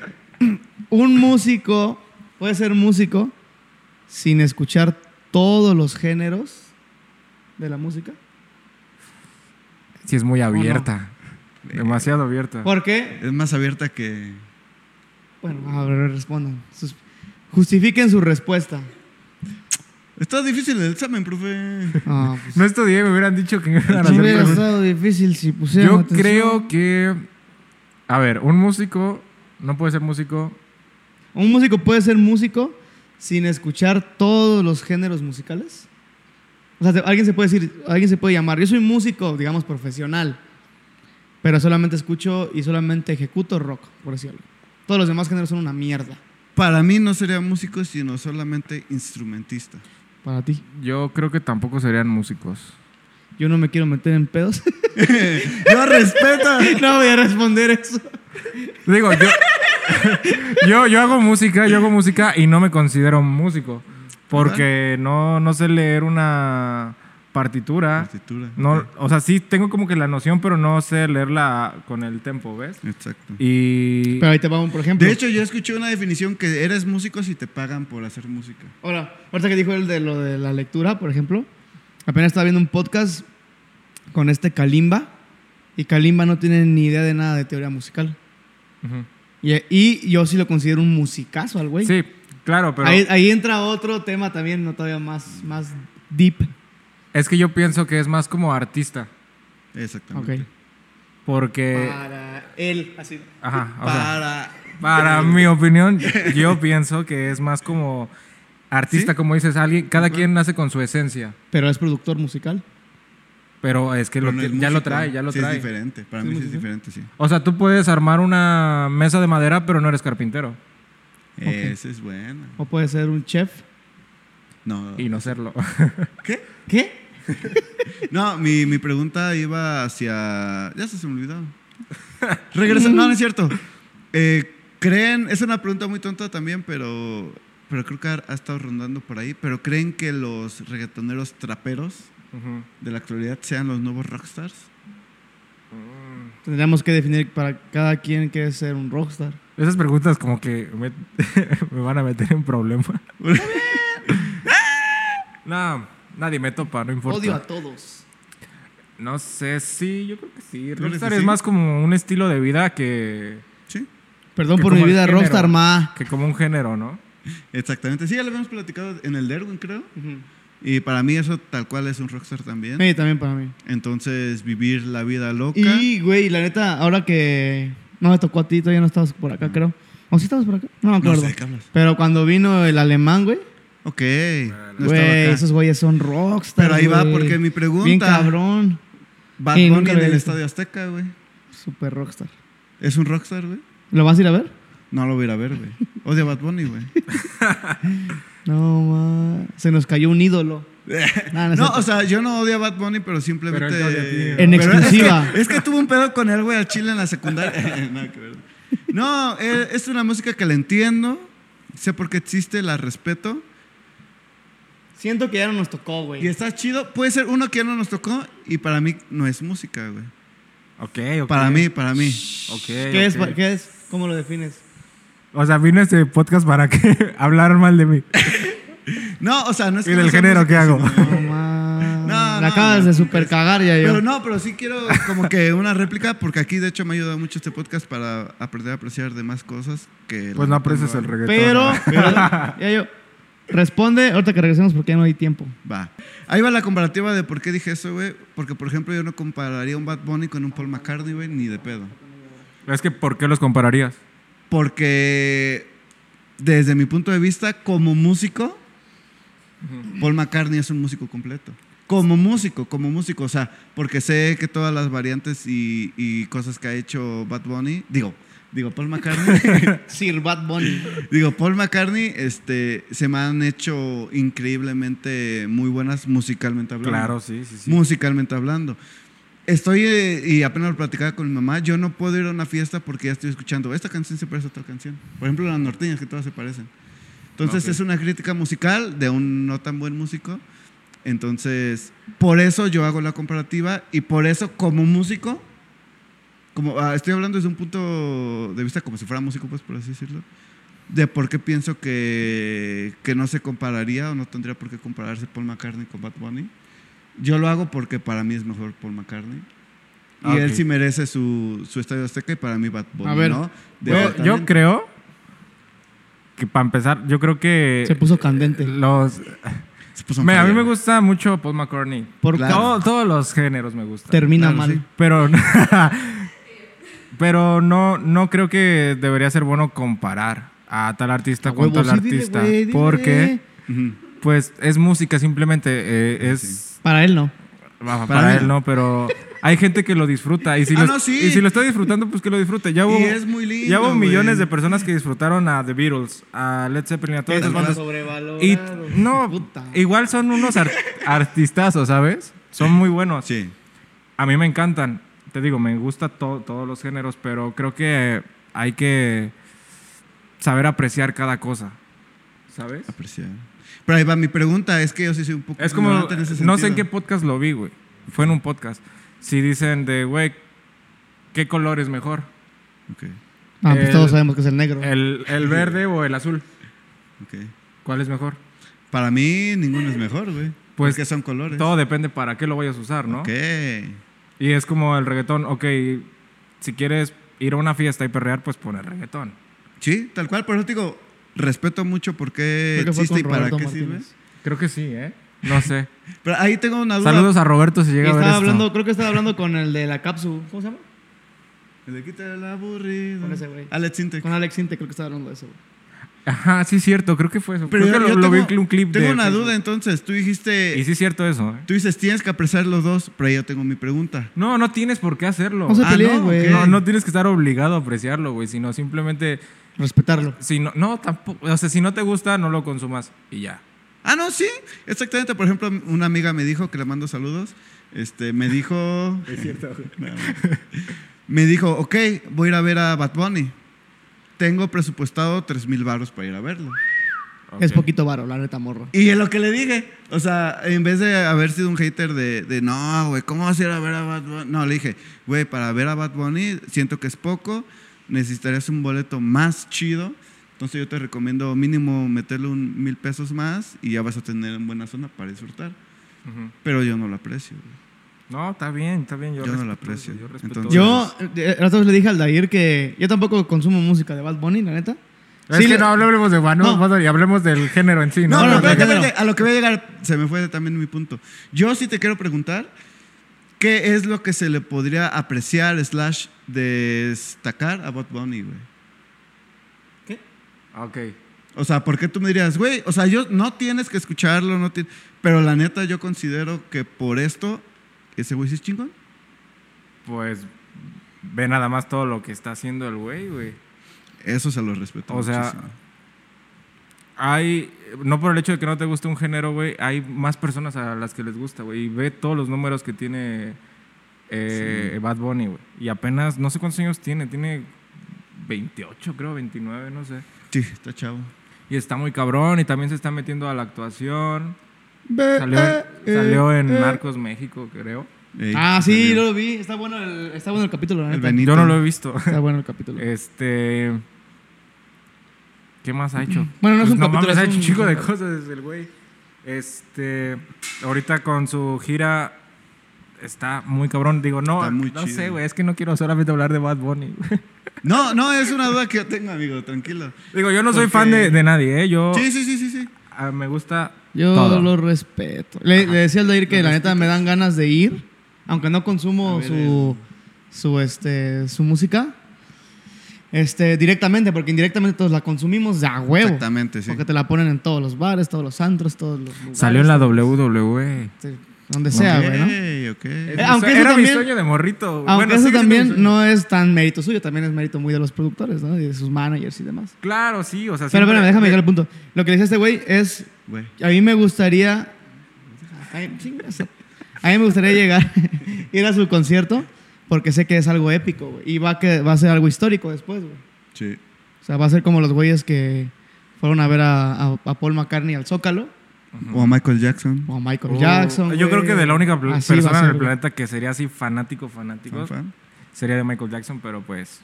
Un músico puede ser músico sin escuchar todos los géneros de la música. Si es muy abierta. Demasiado abierta. ¿Por qué? Es más abierta que. Bueno, a ver, respondan. Sus- justifiquen su respuesta. Está difícil el examen, profe. Ah, pues, No estudié, me hubieran dicho que me iban a sí hacer hubiera preguntas. estado difícil si pusieran Yo atención. creo que. A ver, un músico no puede ser músico. ¿Un músico puede ser músico sin escuchar todos los géneros musicales? O sea, te- alguien se puede decir, alguien se puede llamar, yo soy músico, digamos, profesional, pero solamente escucho y solamente ejecuto rock, por decirlo. Todos los demás géneros son una mierda Para mí no sería músico, sino solamente instrumentista. para ti. Yo creo que tampoco serían músicos. Yo no me quiero meter en pedos. ¡Yo respeto! no voy a responder eso. Digo, yo, yo, yo hago música, yo hago música y no me considero músico. Porque no, no sé leer una partitura. Partitura. No, o sea, sí tengo como que la noción, pero no sé leerla con el tempo, ¿ves? Exacto. Y. Pero ahí te va un, por ejemplo. De hecho, yo escuché una definición que eres músico si te pagan por hacer música. Ahora, ahorita que dijo él de lo de la lectura, por ejemplo, apenas estaba viendo un podcast con este Kalimba y Kalimba no tiene ni idea de nada de teoría musical. Ujú. Y, y yo sí lo considero un musicazo al güey. Sí, claro, pero. ahí, ahí entra otro tema también, no todavía más, más deep. Es que yo pienso que es más como artista. Exactamente. Ok. Porque. Para él, así. Ajá, Eh, o sea, Para. para mi opinión, yo pienso que es más como artista, como dices, alguien, cada quien nace con su esencia. Pero es productor musical. Pero es que lo Pero no ti- es ya lo músico. trae, ya lo Sí, trae. Es diferente. Para Sí, mí sí es músico. diferente, sí. o sea, tú puedes armar una mesa de madera, pero no eres carpintero. Ese es bueno. O puede ser un chef. No. Y no serlo. ¿Qué? No, mi, mi pregunta iba hacia. Ya se, se me olvidó. Regresa. No, no es cierto. Eh, ¿Creen.? Es una pregunta muy tonta también, pero. Pero creo que ha, ha estado rondando por ahí. ¿Pero creen que los reggaetoneros traperos Ujú. de la actualidad sean los nuevos rockstars? Tendríamos que definir para cada quien qué es ser un rockstar. Esas preguntas como que me, me van a meter en problema. no, nadie me topa, no importa. Odio a todos. No sé, sí, yo creo que sí. ¿Tú crees Rockstar que es sí? más como un estilo de vida que, Sí. Perdón Que por como mi el vida, género. rockstar ma. que como un género, ¿no? Exactamente. Sí, ya lo habíamos platicado en el Derwin, creo. Y para mí eso tal cual es un rockstar también. Sí, también para mí. Entonces, vivir la vida loca. Y, güey, la neta, ahora que no me tocó a ti, todavía no estabas por acá, creo. ¿O sí estabas por acá? No No me acuerdo. sé de qué hablas. Pero cuando vino el alemán, güey, Ok. no estaba güey, acá. esos güeyes son rockstar. Pero ahí va, güey. porque mi pregunta- Bien cabrón. Bad Sí, Bunny nunca en lo el había visto. Estadio Azteca, güey. Super rockstar. ¿Es un rockstar, güey? ¿Lo vas a ir a ver? No lo voy a ir a ver, güey. Odio a Bad Bunny, güey. No, ma. Se nos cayó un ídolo. Nah, Ah, no es No, cierto. o sea, yo no odio a Bad Bunny, pero simplemente. Pero él te odia a ti, En Pero es que- exclusiva. Es que, tuvo un pedo con el güey al chile en la secundaria. Nada que ver. No, eh, es una música que la entiendo. Sé por qué existe, la respeto. Siento que ya no nos tocó, güey. Y está chido. Puede ser uno que ya no nos tocó y para mí no es música, güey. Ok, ok. Para mí, para mí. Ok, ¿Qué, ok. es, pa- ¿Qué es? ¿Cómo lo defines? O sea, vino este podcast para que hablar mal de mí. No, o sea, no es Y del no sea género que hago. sino- No, ma. No, La no, acabas no, de no, pues, super cagar ya yo. Pero no, pero sí quiero como que una réplica, porque aquí de hecho me ha ayudado mucho este podcast para aprender a apreciar demás cosas que... Pues no aprecias el reggaetón. Pero, ya yo. Responde ahorita que regresemos porque ya no hay tiempo. Va. Ahí va la comparativa de por qué dije eso, güey. Porque, por ejemplo, yo no compararía un Bad Bunny con un Paul McCartney, güey, ni de pedo. Es que, ¿por qué los compararías? Porque, desde mi punto de vista, como músico, Paul McCartney es un músico completo. Como músico, como músico, o sea, porque sé que todas las variantes y, y cosas que ha hecho Bad Bunny, digo, digo, Paul McCartney, Sir Bad Bunny. Digo, Paul McCartney, este, se me han hecho increíblemente muy buenas musicalmente hablando. Claro, sí, sí, sí. Musicalmente hablando. Estoy, eh, y apenas lo platicaba con mi mamá, yo no puedo ir a una fiesta porque ya estoy escuchando, esta canción se parece a otra canción. Por ejemplo, las norteñas, que todas se parecen. Entonces, Ok. es una crítica musical de un no tan buen músico. Entonces, por eso yo hago la comparativa y por eso como músico, como ah, estoy hablando desde un punto de vista como si fuera músico, pues por así decirlo, de por qué pienso que, que no se compararía o no tendría por qué compararse Paul McCartney con Bad Bunny. Yo lo hago porque para mí es mejor Paul McCartney. Y Ah, él ok. sí merece su, su estadio Azteca y para mí Bad Bunny, A ver, ¿no? De Yo- alta yo venta. creo que para empezar, yo creo que Se puso candente. los Se puso Mira, a mí fire. me gusta mucho Paul McCartney. Por Claro. Todo- todos los géneros me gustan. Termina Claro, mal. sí. Pero, pero no, no creo que debería ser bueno comparar a tal artista A con huevo, tal sí, dile, artista. güey, dile. porque, Ujú. pues, es música, simplemente eh, es Para él no. para, Para mí él, no. ¿no? Pero hay gente que lo disfruta. Y si, Ah, lo, no, sí. y si lo está disfrutando, pues que lo disfrute. Ya hubo, Y es muy lindo, ya hubo güey. millones de personas que disfrutaron a The Beatles, a Led Zeppelin, a todas esas bandas. Y no, Puta. igual son unos ar- artistazos, ¿sabes? Son muy buenos. Sí. A mí me encantan. Te digo, me gusta to- todos los géneros, pero creo que hay que saber apreciar cada cosa. ¿Sabes? apreciar. Pero ahí va mi pregunta, es que yo sí soy un poco Es como. ignorante en ese No sé en qué sentido. podcast lo vi, güey. Fue en un podcast. Si dicen de, güey, ¿qué color es mejor? Ok, Ah, pues El- todos sabemos que es el negro. ¿El, el verde o el azul? ok. ¿Cuál es mejor? Para mí ninguno es mejor, güey. Pues, porque son colores. Todo depende para qué lo vayas a usar, ¿no? Ok. Y es como el reggaetón, ok, si quieres ir a una fiesta y perrear, pues pon el reggaetón. Sí, tal cual, por eso te digo, respeto mucho por qué Creo que fue existe y con para qué Roberto sirve. Martínez. Creo que sí, ¿eh? No sé. Pero ahí tengo una duda. Saludos a Roberto si Y llega a ver estaba esto. hablando, creo que estaba hablando con el de la cápsula. ¿Cómo se llama? Le quita el aburrido. Con ese güey. Alex Sintek. Con Alex Inte, creo que estaba hablando de eso. güey. Ajá, sí es cierto, creo que fue eso. Pero yo, creo que yo lo, lo vi tengo, en un clip tengo de una Facebook. duda, entonces, tú dijiste, Y sí es cierto eso, ¿eh? tú dices, tienes que apreciar los dos, pero ahí yo tengo mi pregunta. No, no tienes por qué hacerlo. No se Ah, peleen, no, güey. ok. No, no tienes que estar obligado a apreciarlo, güey, sino simplemente Respetarlo. si no no tampoco, o sea, si no te gusta no lo consumas y ya. Ah, no, sí, exactamente. Por ejemplo, una amiga me dijo, que le mando saludos, este, me dijo... es cierto. me dijo, ok, voy a ir a ver a Bad Bunny. Tengo presupuestado 3 mil baros para ir a verlo. Es Ok. poquito varo, la neta, morro. Y es lo que le dije. O sea, en vez de haber sido un hater de, de, no, güey, ¿cómo vas a ir a ver a Bad Bunny? No, le dije, güey, para ver a Bad Bunny siento que es poco, necesitarías un boleto más chido. Entonces yo te recomiendo mínimo meterle un mil pesos más y ya vas a tener en buena zona para disfrutar. Ujú. Pero yo no lo aprecio. güey. No, está bien, está bien, yo, Yo no lo respeto eso, aprecio. yo respeto Entonces- eso. Yo, eh, la otra vez le dije al Dair que yo tampoco consumo música de Bad Bunny, la neta. Es Sí, que le- no hablemos de Bad No. Bunny, hablemos del género en sí, ¿no? No, no, no, espérate, no, no. espérate, a lo que voy a llegar, se me fue también mi punto. Yo sí te quiero preguntar, ¿qué es lo que se le podría apreciar, slash, destacar a Bad Bunny, güey? Ok. O sea, ¿por qué tú me dirías, güey? O sea, yo no tienes que escucharlo, no tienes. Pero la neta, yo considero que por esto, ese güey sí es chingón. Pues ve nada más todo lo que está haciendo el güey, güey. Eso se lo respeto. O sea, muchísimo. Hay, no por el hecho de que no te guste un género, güey, hay más personas a las que les gusta, güey. Y ve todos los números que tiene eh, Bad Bunny, güey. Y apenas, no sé cuántos años tiene, tiene 28, creo, 29, no sé. Sí, está chavo. Y está muy cabrón y también se está metiendo a la actuación. Ve- Salió, eh, eh, salió en eh. Narcos México, creo. Ey, Ah, sí, salió. yo lo vi. Está bueno el, está bueno el capítulo, la El neta. Benito. Yo no lo he visto. Está bueno el capítulo. Este. ¿Qué más ha hecho? Pues Bueno, no es un no capítulo, mames, ha es hecho un un- chico de cosas el güey. Este. Ahorita con su gira. Está muy cabrón. Digo, no. Está muy No chido. sé, güey. Es que no quiero solamente hablar de Bad Bunny. No, no, es una duda que yo tengo, amigo, tranquilo. Digo, yo no soy Porque- fan de, de nadie, ¿eh? Yo. Sí, sí, sí, sí, sí. ah, me gusta. Yo todo. lo respeto. Le, le decía al Dair que la neta me dan ganas de ir, aunque no consumo A ver, su, su, este, su música este, directamente, porque indirectamente todos la consumimos de a huevo. Exactamente, sí. Porque te la ponen en todos los bares, todos los antros, todos los lugares. Salió en la E. WWE. este, Donde sea, güey, ¿no? Ok, ok. Eh, aunque eso Era mi también- sueño de morrito. Aunque Bueno, eso sigue siendo mi también sueño. no es tan mérito suyo, también es mérito muy de los productores, ¿no? Y de sus managers y demás. Claro, sí. O sea, Pero, siempre- espérame, déjame llegar al punto. Lo que le decía este güey es Güey. A mí me gustaría. Ay, chingas. A mí me gustaría llegar, ir a su concierto, porque sé que es algo épico, güey. Y va a, que, va a ser algo histórico después, güey. Sí. O sea, va a ser como los güeyes que fueron a ver a, a- a Paul McCartney al Zócalo. O a Michael Jackson. O a Michael Oh, Jackson. Yo creo güey. que de la única pl- Así va a persona ser, en el güey. planeta que sería así fanático, fanático, Fan, fan. sería de Michael Jackson, pero pues,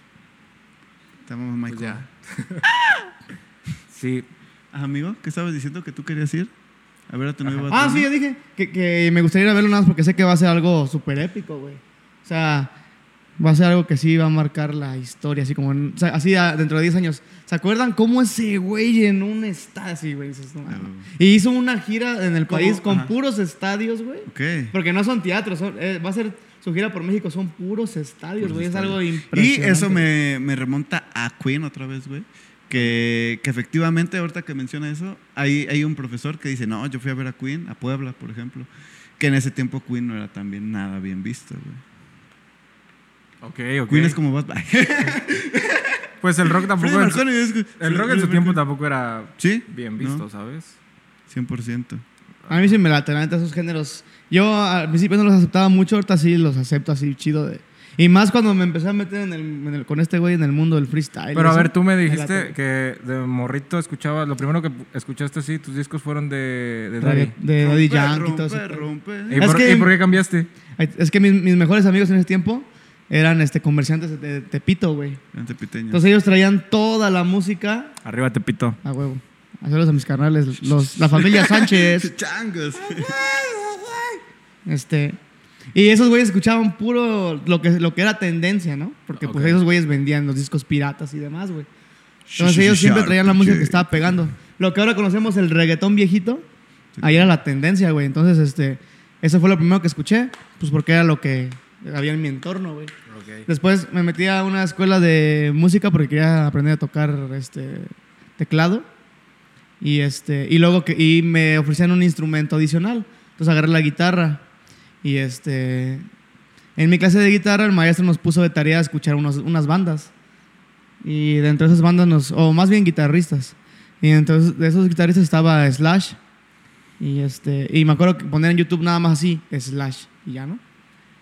Te amamos, Michael. pues ya. sí, Ah, amigo, ¿qué estabas diciendo que tú querías ir? A ver a tu nuevo Ah, batallón. sí, yo dije que, que me gustaría ir a verlo nada más porque sé que va a ser algo súper épico, güey. O sea, va a ser algo que sí va a marcar la historia, así como en- o sea, así a- dentro de 10 años. ¿Se acuerdan cómo ese güey en un estadio, así, güey? Dices, no, mames. Y hizo una gira en el Mm. ¿Cómo? país con Ajá. puros estadios, güey. Ok. Porque no son teatros, son- eh, va a ser su gira por México, son puros estadios, Puros güey. Es estadios. algo Y impresionante. eso me, me remonta a Queen otra vez, güey. Que, que efectivamente, ahorita que menciona eso, hay, hay un profesor que dice, no, yo fui a ver a Queen, a Puebla, por ejemplo. Que en ese tiempo Queen no era también nada bien visto, güey. ok, ok. Queen es como Batman. Pues el rock tampoco... en su- el rock en su tiempo también. tampoco era Sí. bien ¿no? visto, ¿sabes? 100%. A mí sí me late, la neta, esos géneros. Yo al principio no los aceptaba mucho, ahorita sí los acepto así chido. De... Y más cuando me empecé a meter en el, en el- con este güey en el mundo del freestyle. Pero a eso, ver, tú me me dijiste late. que de morrito escuchabas, lo primero que escuchaste, sí, tus discos fueron de, de Daddy. De, de Daddy Rompe, Yankee y todo eso. rompe, rompe. ¿Y, Es por, que- y por qué cambiaste? Ay, Es que mis, mis mejores amigos en ese tiempo eran este, comerciantes de- de Tepito, güey. Eran tepiteños. Entonces ellos traían toda la música Arriba te pito. a huevo. Hacerlos a mis carnales, los, la familia Sánchez. Changos. Este. Y esos güeyes escuchaban puro lo que, lo que era tendencia, ¿no? Porque pues Ok. esos güeyes vendían los discos piratas y demás, güey. Entonces ellos siempre traían la música que estaba pegando. Lo que ahora conocemos el reggaetón viejito, ahí era la tendencia, güey. Entonces, este, eso fue lo primero que escuché, pues porque era lo que había en mi entorno, güey. Después me metí a una escuela de música porque quería aprender a tocar este teclado. Y este y luego que y me ofrecían un instrumento adicional. Entonces agarré la guitarra y este en mi clase de guitarra el maestro nos puso de tarea escuchar unos- unas bandas. Y dentro de esas bandas nos o más bien guitarristas. Y entonces de esos guitarristas estaba Slash y este y me acuerdo que poner en YouTube nada más así Slash y ya, ¿no?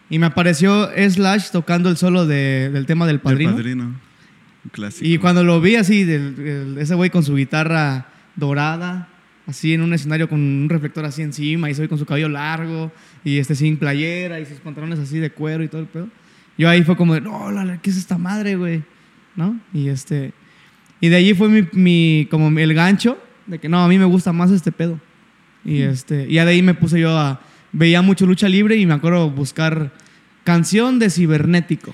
Y me apareció Slash tocando el solo de- del tema del El padrino. padrino. Un clásico. Y cuando lo vi así, del- el- ese güey con su guitarra dorada, así en un escenario con un reflector así encima, y ese güey con su cabello largo, y este sin playera, y sus pantalones así de cuero y todo el pedo. Yo ahí fue como de, no, la- la- ¿qué es esta madre, güey? ¿No? Y este. Y de allí fue mi, mi- como el gancho de que no, a mí me gusta más este pedo. Y este, y ya de ahí me puse yo a. Veía mucho lucha libre y me acuerdo buscar canción de cibernético,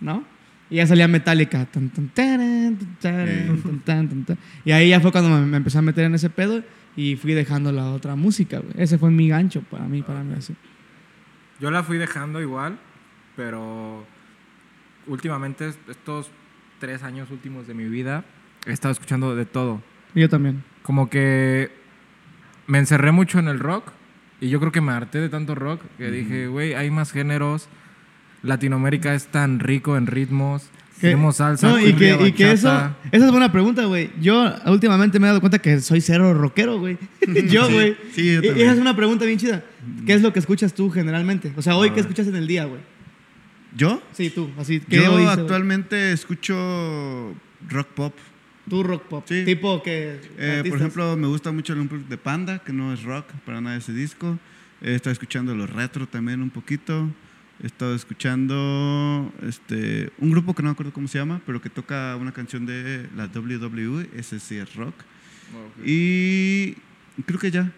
¿no? Y ya salía Metallica. tan, tan, taran, tan, taran, tan, tan, tan, tan. Y ahí ya fue cuando me, me empecé a meter en ese pedo y fui dejando la otra música, güey. Ese fue mi gancho para mí, para mí así. Yo la fui dejando igual, pero últimamente, est- estos tres años últimos de mi vida, he estado escuchando de todo. Y Yo también. Como que me encerré mucho en el rock y yo creo que me harté de tanto rock que dije, güey, hay más géneros. Latinoamérica es tan rico en ritmos. Tenemos salsa, No, y cumbia, que, y que eso, bachata". esa es buena pregunta, güey. Yo últimamente me he dado cuenta que soy cero rockero, güey. yo, Sí, güey. sí, yo Y- y también. esa es una pregunta bien chida. ¿Qué es lo que escuchas tú generalmente? O sea, hoy, ¿qué escuchas en el día, güey? ¿Yo? Sí, tú, así. ¿qué Yo oíste, güey? actualmente escucho rock pop. Tú rock pop. Sí. Tipo que. Eh, por artistas. ejemplo, me gusta mucho el Unplugged de Panda, que no es rock para nada ese disco. He estado escuchando los retro también un poquito. He estado escuchando este, un grupo que no me acuerdo cómo se llama, pero que toca una canción de la WWE, ese sí es rock. Y creo que ya.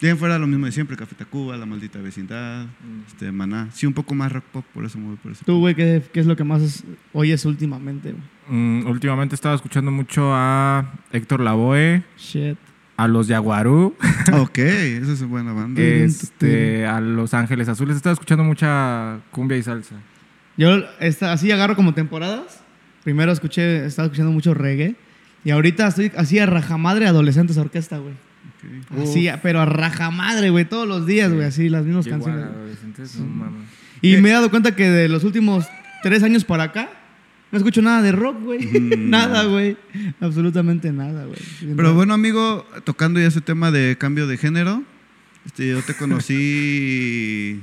De ahí en fuera lo mismo de siempre, Café Tacuba, La Maldita Vecindad, este, Maná. Sí, un poco más rock pop, por eso me voy por eso. Tú, güey, ¿qué, qué es lo que más es- oyes últimamente, güey? Mm, últimamente he estado escuchando mucho a Héctor Lavoe, Shit. a los Yaguarú. Ok, esa es una buena banda. Eh, este, a Los Ángeles Azules. Estaba escuchando mucha cumbia y salsa. Yo esta- así agarro como temporadas. Primero escuché, estaba escuchando mucho reggae. Y ahorita estoy así a rajamadre adolescentes orquesta, güey. Ok. Así, pero a rajamadre, güey, todos los días, güey, así las mismas Igual, canciones. adolescentes, no mames. Y me he dado cuenta que de los últimos tres años para acá, no escucho nada de rock, güey. nada, güey. Absolutamente nada, güey. Pero bueno, amigo, tocando ya ese tema de cambio de género, este, yo te conocí.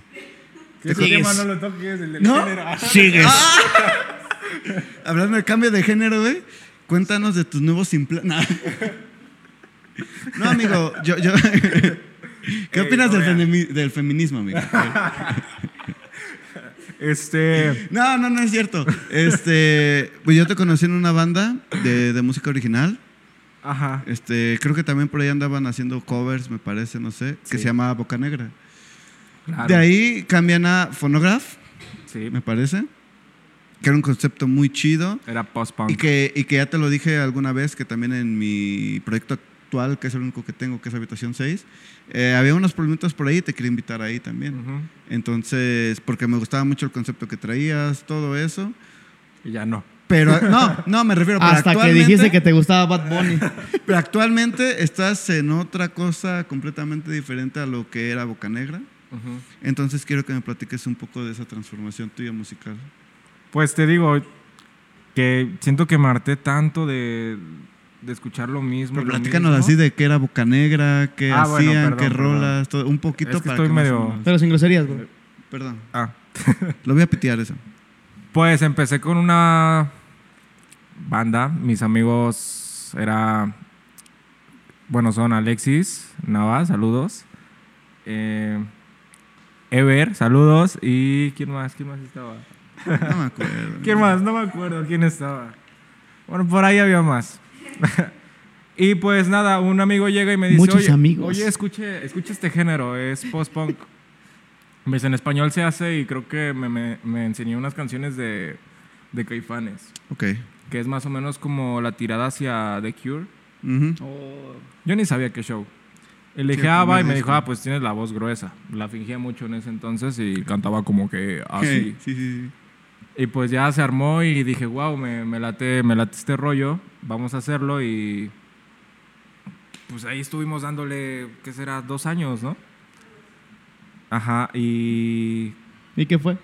Que ese tema no lo toques, el de ¿No? género. Sigues. Hablando de cambio de género, güey, cuéntanos de tus nuevos implantes. No, amigo, yo, yo, ¿Qué Ey, opinas del, no vean. femi- del feminismo, amigo? Este. No, no, no es cierto. Este, pues yo te conocí en una banda de, de música original. Ajá. Este, creo que también por ahí andaban haciendo covers, me parece, no sé, que Sí. se llama Boca Negra. claro, De ahí cambian a Phonograph, Sí. me parece, que era un concepto muy chido. Era Y post-punk. que, y que ya te lo dije alguna vez, que también en mi proyecto actual, que es el único que tengo, que es Habitación 6, eh, había unos problemitas por ahí y te quería invitar ahí también. Ujú. Entonces, porque me gustaba mucho el concepto que traías, todo eso. Y ya no. Pero no, no, me refiero pero Hasta que actualmente- dijiste que te gustaba Bad Bunny. Pero actualmente estás en otra cosa completamente diferente a lo que era Boca Negra. Ujú. Entonces quiero que me platiques un poco de esa transformación tuya musical. Pues te digo que siento que me harté tanto de, de escuchar lo mismo. Pero y lo platícanos mismo. así de qué era Boca Negra, qué Ah, bueno, hacían, perdón, qué perdón. rolas, todo, un poquito Es que para estoy que más medio- o menos- Pero sin groserías, bro. Perdón, Ah, lo voy a pitear eso. pues empecé con una banda. Mis amigos era. Bueno, son Alexis Nava, saludos. Eh, Ever, saludos. ¿Y quién más? ¿Quién más estaba? No me acuerdo. ¿Quién más? No me acuerdo quién estaba. Bueno, por ahí había más. y pues nada, un amigo llega y me dice, Muchos oye, amigos. oye, escuche, escuche este género, es post-punk. me dice, en español se hace y creo que me, me, me enseñó unas canciones de, de Caifanes, Ok. que es más o menos como la tirada hacia The Cure. Ujú. Yo ni sabía qué show. Y le Sí, dije, el ah, va", y primer me disco. dijo, ah, pues tienes la voz gruesa. La fingía mucho en ese entonces y cantaba como que así. Sí, sí, sí. Y pues ya se armó y dije, wow, me, me late, me late este rollo, vamos a hacerlo y pues ahí estuvimos dándole, ¿qué será? Dos años, ¿no? Ajá, y ¿Y qué fue?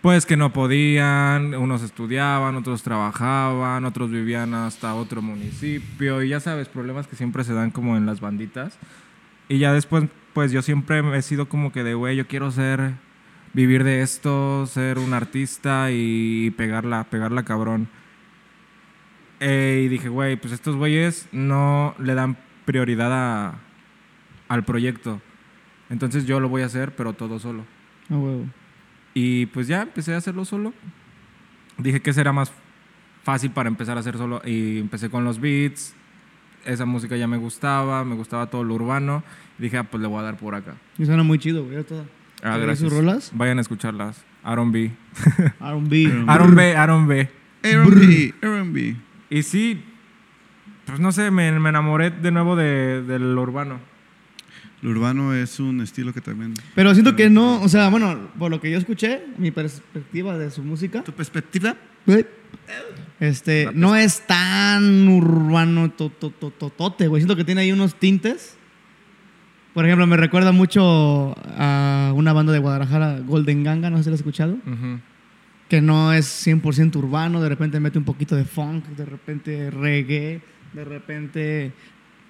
pues que no podían, unos estudiaban, otros trabajaban, otros vivían hasta otro municipio y ya sabes, problemas que siempre se dan como en las banditas. Y ya después, pues yo siempre he sido como que de, güey, yo quiero ser, vivir de esto, ser un artista y pegarla, pegarla cabrón. Eh, y dije, güey, pues estos güeyes no le dan prioridad a- al proyecto. Entonces yo lo voy a hacer, pero todo solo. A huevo. Y pues ya empecé a hacerlo solo. Dije que será más fácil para empezar a hacer solo. Y empecé con los beats. Esa música ya me gustaba, me gustaba todo lo urbano. Dije, ah, pues le voy a dar por acá. Y suena muy chido, güey. ahorita. Ah, ¿Te gracias. sus rolas? Vayan a escucharlas. Aaron B. R&B. Aaron B, Aaron B. R&B, R&B. Y sí, pues no sé, me, me enamoré de nuevo de, del urbano. Lo urbano es un estilo que también... Pero siento que no, o sea, bueno, por lo que yo escuché, mi perspectiva de su música, ¿Tu perspectiva? este, no es tan urbano to- to- to- totote, güey. Siento que tiene ahí unos tintes. Por ejemplo, me recuerda mucho a una banda de Guadalajara, Golden Ganga, no sé si la has escuchado, Ujú. que no es 100% urbano, de repente mete un poquito de funk, de repente reggae, de repente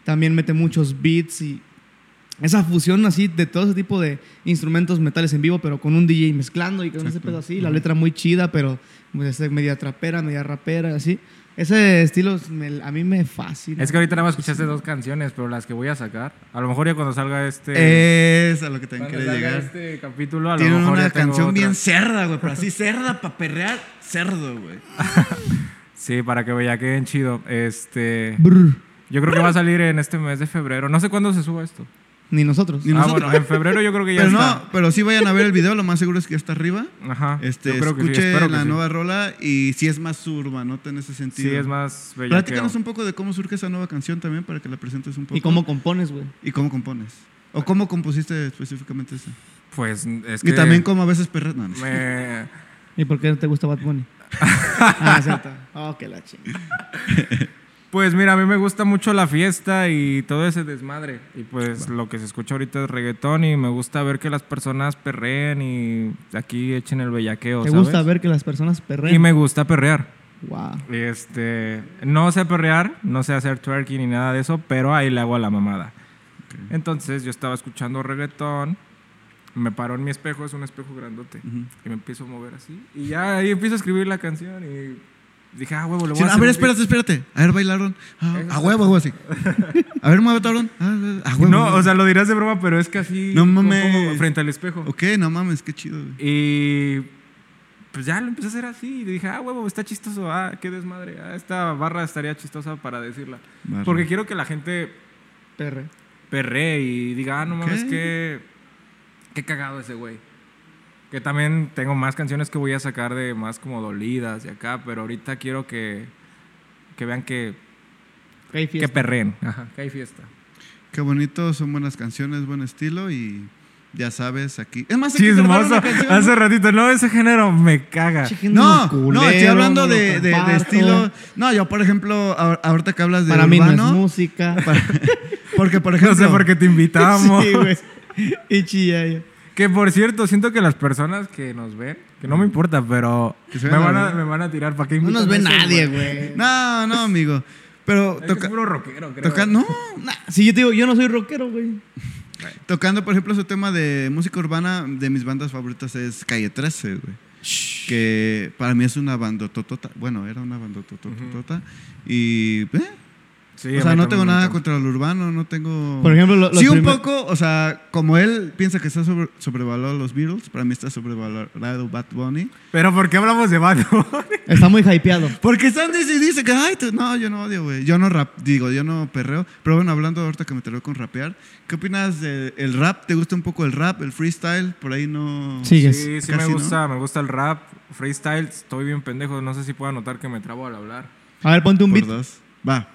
también mete muchos beats y esa fusión así de todo ese tipo de instrumentos metales en vivo, pero con un DJ mezclando y con ese pedo así, la letra muy chida, pero pues, es media trapera, media rapera, así. Ese estilo es- me- a mí me fascina. Es que ahorita nada más escuchaste dos canciones, pero las que voy a sacar, a lo mejor ya cuando salga este, Es a lo que también quería cuando salga Eh, llegar. este capítulo, a lo Tienen mejor una ya tengo canción bien otras. cerda, güey, pero así cerda para perrear, cerdo, güey. Sí, para que vea, queden chido. Este, Brr, yo creo que va a salir en este mes de febrero. No sé cuándo se suba esto. ni nosotros. Ni ah, nosotros. bueno, en febrero yo creo que ya Pero está. no, pero sí vayan a ver el video, lo más seguro es que ya está arriba. Ajá. Este, yo creo que sí, escuche espero que la sí. nueva rola y si es más urbanota en ese Sí, sentido. es más bella. Platícanos un poco de cómo surge esa nueva canción también para que la presentes un poco. ¿Y cómo compones, güey? ¿Y cómo compones. O cómo compusiste específicamente esa. Pues es que. Y también cómo a veces perreas. No, no. me- ¿Y por qué no te gusta Bad Bunny? ah, cierto. Oh, que la chingada. Pues mira, a mí me gusta mucho la fiesta y todo ese desmadre. Y pues lo que se escucha ahorita es reggaetón y me gusta ver que las personas perreen y aquí echen el bellaqueo. ¿Te ¿sabes? gusta ver que las personas perrean? Y me gusta perrear. Wow. Este, no sé perrear, no sé hacer twerking ni nada de eso, pero ahí le hago a la mamada. Entonces yo estaba escuchando reggaetón, me paró en mi espejo, es un espejo grandote, Ujú. y me empiezo a mover así. Y ya ahí empiezo a escribir la canción y Dije, ah, huevo, le voy Sí, a a hacer ver, un- espérate, espérate. A ver, bailaron. Ah, Eso a huevo, a huevo, así. A ver, muévete, Aaron. Ah, A huevo. No, o sea, lo dirás de broma, pero es que así. No un poco mames. Frente al espejo. Ok, no mames, qué chido, güey. Y pues ya lo empecé a hacer así. Y dije, ah, huevo, está chistoso. Ah, qué desmadre. Ah, esta barra estaría chistosa para decirla. Barra. Porque quiero que la gente Perre. perree y diga, ah, no mames, Ok. qué, qué cagado ese güey. Que también tengo más canciones que voy a sacar de más como dolidas y acá, pero ahorita quiero que, que vean que, Que hay que fiesta. perreen. Ajá, que hay fiesta. Qué bonito, son buenas canciones, buen estilo y ya sabes, aquí. Es más, aquí te regalo Chismoso. una canción, Hace ratito, no, ese género me caga. Chequen No, unos culeros, no, estoy hablando unos de, de- de comparto. estilo. No, yo, por ejemplo, ahor- ahorita que hablas de Para mí no es urbano, música. porque, por No ejemplo, sé por qué te invitamos. Sí, güey. Y chillaya. Que por cierto, siento que las personas que nos ven, que no me importa, pero Que se me vean van, la a, verdad. me van a tirar para que No nos ve nadie, güey. No, no, amigo. Pero Es, que es toca, puro rockero, creo. toca- no, Si yo te digo, yo no soy rockero, güey. tocando, por ejemplo, ese tema de música urbana, de mis bandas favoritas es Calle 13, güey. Que para mí es una bandototota. Bueno, era una bandototota. Y. eh, Sí, o a sea, mí no también tengo me nada encanta. contra lo urbano, no tengo. Por ejemplo, lo- los sí, un primer- poco, o sea, como él piensa que está sobre- sobrevalorado los Beatles, para mí está sobrevalorado Bad Bunny. Pero ¿por qué hablamos de Bad Bunny? Está muy hypeado. Porque Sanders y dice que, ay, tú- no, yo no odio, güey. Yo no rap, digo, yo no perreo. Pero bueno, hablando ahorita que me traigo con rapear, ¿qué opinas del rap? ¿Te gusta un poco el rap, el freestyle? Por ahí no. Sigues. Sí, sí me Casi, ¿no? gusta, me gusta el rap, freestyle, estoy bien pendejo, no sé si puedo notar que me trabo al hablar. A ver, ponte un Por beat. dos. Va.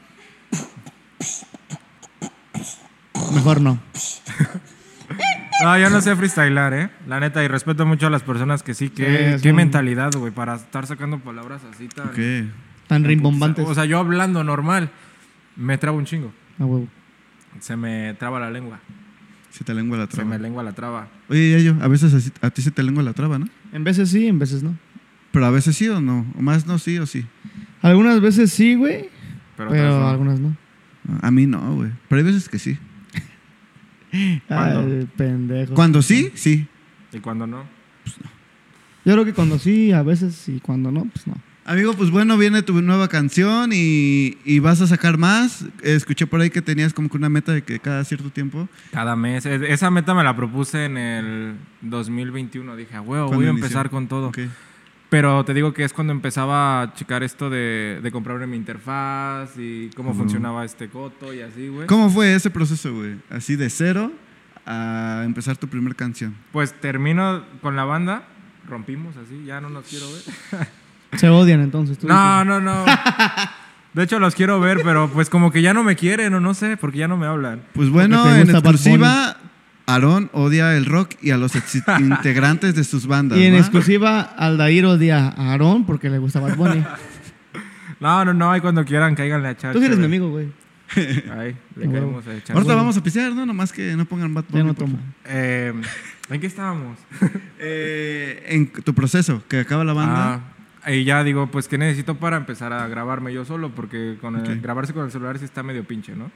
Mejor no. No, yo no sé freestylar, eh. La neta, y respeto mucho a las personas que sí, que es qué un- mentalidad, güey, para estar sacando palabras así tan. Ok. Tan rimbombantes. O sea, yo hablando normal, me trabo un chingo. A huevo. Se me traba la lengua. Se te lengua la Se me traba. lengua la traba. Oye, ya yo, a veces así- a ti se te lengua la traba, ¿no? En veces sí, en veces no. Pero a veces sí o no. O más no, sí o sí. Algunas veces sí, güey. Pero, Pero, otras no. algunas no. A mí no, güey. Pero hay veces que sí. ¿Cuándo? Ay, pendejo. Cuando sí, sí. Y cuando no. Yo creo que cuando sí, a veces, y cuando no, pues no. Amigo, pues bueno, viene tu nueva canción y, y vas a sacar más. Escuché por ahí que tenías como que una meta de que cada cierto tiempo. Cada mes. Es- Esa meta me la propuse en el 2021. Dije, "A huevo, ¿Cuándo voy a inició? empezar con todo. Ok. Pero te digo que es cuando empezaba a checar esto de, de comprarme mi interfaz y cómo funcionaba este coto y así, güey. ¿Cómo fue ese proceso, güey? Así de cero a empezar tu primera canción. Pues termino con la banda. Rompimos así, ya no los quiero ver. Se odian entonces. tú No, no, no. De hecho, los quiero ver, pero pues como que ya no me quieren o no sé, porque ya no me hablan. Pues bueno, Porque te en gusta Bad exclusiva, Aarón odia el rock y a los ex- integrantes de sus bandas. dices. Y en ¿va? exclusiva, Aldair odia a Aarón porque le gusta Bad Bunny. Ah, No, no, no, ahí cuando quieran, cáiganle a Chacho. Tú sí eres mi güey. amigo, güey. Ahí, le A huevo. caemos a Chacho. Ahorita vamos a pisear, ¿no? Nomás que no pongan Bad Ya Bunny, no por tomo. favor. Eh, ¿En qué estábamos? Eh, en tu proceso, que acaba la banda. Ah, y ya digo, pues, ¿qué necesito para empezar a grabarme yo solo? Porque con el- Ok. grabarse con el celular sí está medio pinche, ¿no?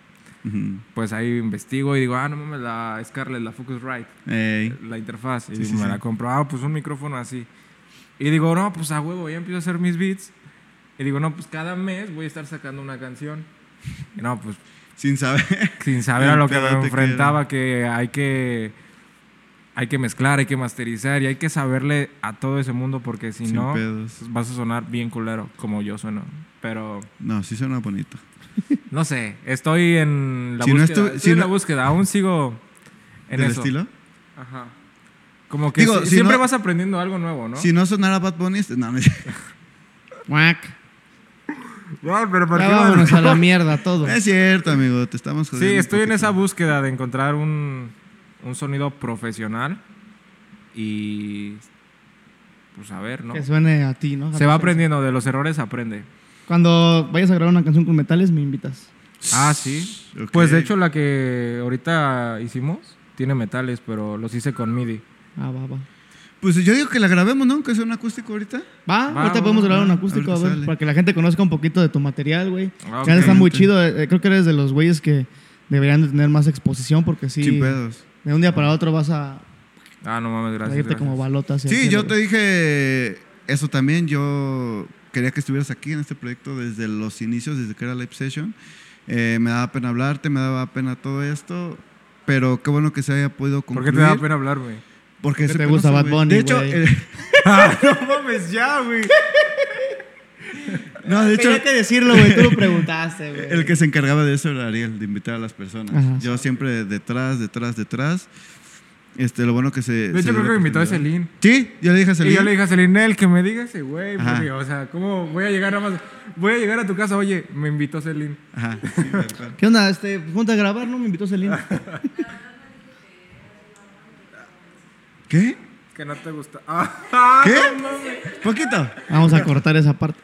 Ujú. Pues ahí investigo y digo, ah, no mames, la Scarlett, la Focusrite, Ey. la interfaz. Y Sí, sí, me sí. la compro, ah, pues un micrófono así. Y digo, no, pues a huevo, ya empiezo a hacer mis beats. Y digo, no, pues cada mes voy a estar sacando una canción. Y no, pues Sin saber. sin saber a lo que me Espérate que era. enfrentaba, que hay que hay que mezclar, hay que masterizar y hay que saberle a todo ese mundo porque si Sin no pues, pedos. vas a sonar bien culero como yo sueno. Pero No, sí suena bonito. no sé, estoy en la Si no búsqueda, estu- estoy si en no- la búsqueda, aún sigo en ¿Del eso. estilo? Ajá. Como que Digo, si- si siempre no- vas aprendiendo algo nuevo, ¿no? Si no sonara Bad Bunny, este- no, no es- Guac. Ay, Ah, pero ¿por Ya qué vas- vámonos a la mierda todo. No es cierto, amigo. Te estamos Sí, jodiendo. un estoy en poquito. esa búsqueda de encontrar un, un sonido profesional y pues a ver, ¿no? Que suene a ti, ¿no? Se va aprendiendo, de los errores aprende. Cuando vayas a grabar una canción con metales, me invitas. Ah, sí. Ok. Pues de hecho la que ahorita hicimos tiene metales, pero los hice con MIDI. Ah, va, va. Pues yo digo que la grabemos, ¿no? Que sea un acústico ahorita. Va, Va, ahorita va, podemos va, grabar un va. acústico, a Ahorita ver, sale. para que la gente conozca un poquito de tu material, güey. Ah, Ya está ok. muy chido. eh, creo que eres de los güeyes que deberían de tener más exposición porque sí, Sin de pedos. un día para otro vas a Ah, no mames, a gracias. irte como gracias. balota. hacia el Sí, cielo, yo te güey. dije eso también. Yo quería que estuvieras aquí en este proyecto desde los inicios, desde que era Live Session. Eh, me daba pena hablarte, me daba pena todo esto, pero qué bueno que se haya podido ¿Por concluir. qué te da pena hablar, güey? Porque Porque se te gusta conoce, Bad güey. Bunny, De hecho, güey. eh, no mames, ya, güey. no, de hecho, Tenía que decirlo, güey. Tú lo preguntaste, güey. el que se encargaba de eso era Ariel, de invitar a las personas. Ajá. Yo siempre detrás, detrás, detrás. Este, lo bueno que se. De se hecho, dio la creo que me invitó a oportunidad. Celine. Sí, yo le dije a Celine. Y yo le dije a Celine, el que me diga ese güey, Ajá. porque, o sea, ¿cómo voy a llegar a más? Voy a llegar a tu casa, oye, me invitó Celine. Ajá, sí, tal cual. ¿Qué onda? Este, junta a grabar, ¿no? Me invitó Celina. ¿Qué? Que no te gusta. Ah, ¿Qué? no mames. Poquito. Vamos a cortar esa parte.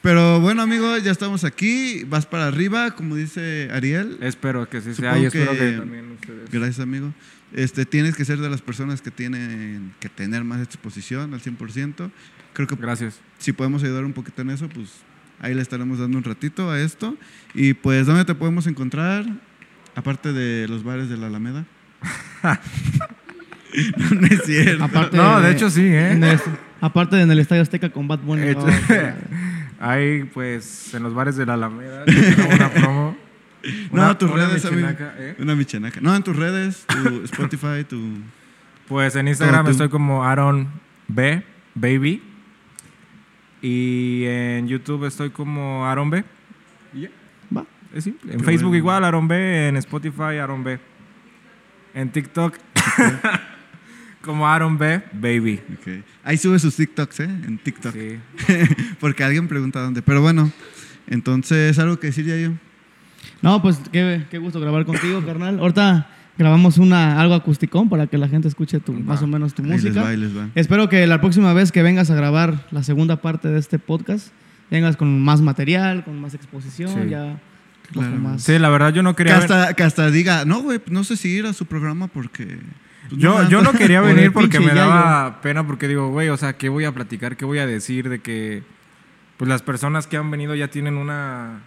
Pero bueno, amigos, ya estamos aquí. Vas para arriba, como dice Ariel. Espero que sí sea, Supongo y espero que, que- también ustedes. Gracias, amigo. Este, tienes que ser de las personas que tienen que tener más exposición al 100%. Creo que Gracias. si podemos ayudar un poquito en eso, pues ahí le estaremos dando un ratito a esto. Y pues, ¿dónde te podemos encontrar? Aparte de los bares de la Alameda. no, no es cierto. Aparte No, de hecho sí, ¿eh? en el- aparte en el Estadio Azteca con Bad Bunny. Hecho. no, claro. Este, Ahí, pues, en los bares de la Alameda, tengo una promo. no, Una- tus una redes, amigo. michinaca, ¿eh? Una michanaca. No, en tus redes, tu Spotify, tu... Pues en Instagram Todo tú. estoy como Aaron B, baby. Y en YouTube estoy como Aaron B. Y ya, Va. es simple. En Qué Facebook bueno. igual, Aaron B. En Spotify, Aaron B. En TikTok, como Aaron B, baby. Ok. Ahí sube sus TikToks, ¿eh? En TikTok. Sí. Porque alguien pregunta dónde. Pero bueno, entonces, algo que decir ya yo. No, pues qué, qué gusto grabar contigo, carnal. Ahorita grabamos una, algo acusticón para que la gente escuche tu, más o menos tu Ahí les música. va, ahí les va. Eh, Espero que la próxima vez que vengas a grabar la segunda parte de este podcast, vengas con más material, con más exposición, Sí. ya un poco Claro. más. Sí, la verdad yo no Que quería... ven- hasta, que hasta diga, no, güey, no sé si ir a su programa porque. pues, Yo, no yo no aguanta". quería Por el venir porque pinche me Yayo. daba pena porque digo, güey, o sea, ¿qué voy a platicar? ¿Qué voy a decir? De que pues las personas que han venido ya tienen una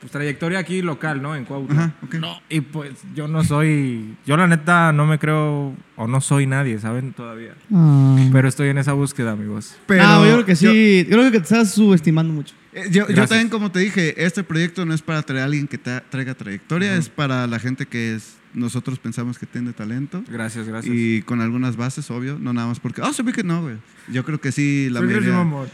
pues, trayectoria aquí local, ¿no? En Cuautla. Ajá, ok. Y pues yo no soy, yo la neta no me creo o no soy nadie, ¿saben? Todavía. Ah. Pero estoy en esa búsqueda, amigos. No, Ah, yo creo que sí. Yo, creo que te estás subestimando mucho. Eh, Yo, yo Gracias. también, como te dije, este proyecto no es para traer a alguien que ta- traiga trayectoria, es para la gente que es- nosotros pensamos que tiene talento. Gracias, gracias. Y con algunas bases, obvio, no nada más porque, ah, se ve que no, güey. Yo creo que sí, la Soy Chris mayoría. Mamón.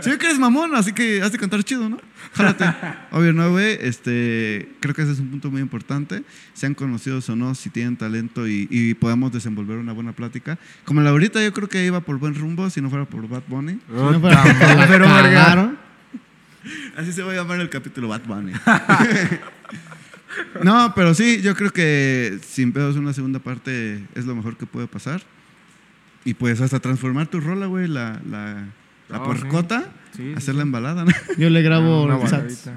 Se ve que eres mamón, así que has de cantar chido, ¿no? Jálate. Obvio, no, güey. Este, creo que ese es un punto muy importante. Sean conocidos o no, si tienen talento y, y podamos desenvolver una buena plática. Como la ahorita, yo creo que iba por buen rumbo si no fuera por Bad Bunny. Si no fuera Puta porque la madre, pero verga. cagaron. Así se va a llamar el capítulo eh. Bad Bunny. no, pero sí, yo creo que sin pedos una segunda parte es lo mejor que puede pasar. Y pues hasta transformar tu rola, güey, la, la, la Oh, porcota, sí. Sí, sí, hacerla embalada, ¿no? Yo le grabo Ah, Una el sax. guardarita.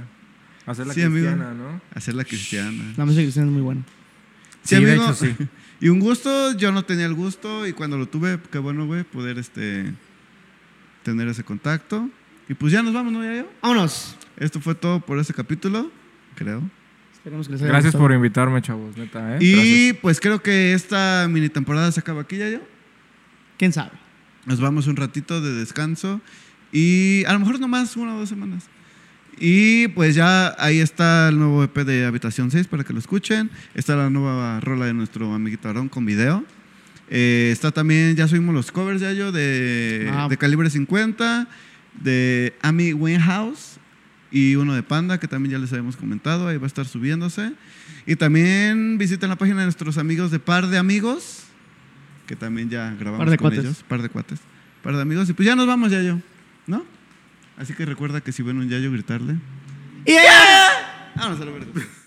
Hacer la Sí, amigo. cristiana, ¿no? hacerla cristiana. La música cristiana es muy buena. Sí, Sí, de amigo. hecho, sí. Y un gusto, yo no tenía el gusto y cuando lo tuve, qué bueno, güey, poder este tener ese contacto. Y pues ya nos vamos, ¿no, Yayo? Vámonos. Esto fue todo por este capítulo, creo. Esperemos que les haya Gracias gustado. por invitarme, chavos, neta, ¿eh? Y pues creo que esta mini temporada se acaba aquí, Yayo. ¿Quién sabe? Nos vamos un ratito de descanso y a lo mejor nomás una o dos semanas. Y pues ya ahí está el nuevo EP de Habitación 6 para que lo escuchen. Está la nueva rola de nuestro amiguito Aarón con video. Eh, está también, ya subimos los covers ya yo de, Ah. de Calibre 50, de Amy Winehouse y uno de Panda que también ya les habíamos comentado. Ahí va a estar subiéndose. Y también visiten la página de nuestros amigos de Par de Amigos que también ya grabamos Par de con cuates. ellos, par de cuates, par de amigos, y pues ya nos vamos, Yayo, ¿no? Así que recuerda que si ven un Yayo, gritarle. ¡Yeah! Vámonos a la verga.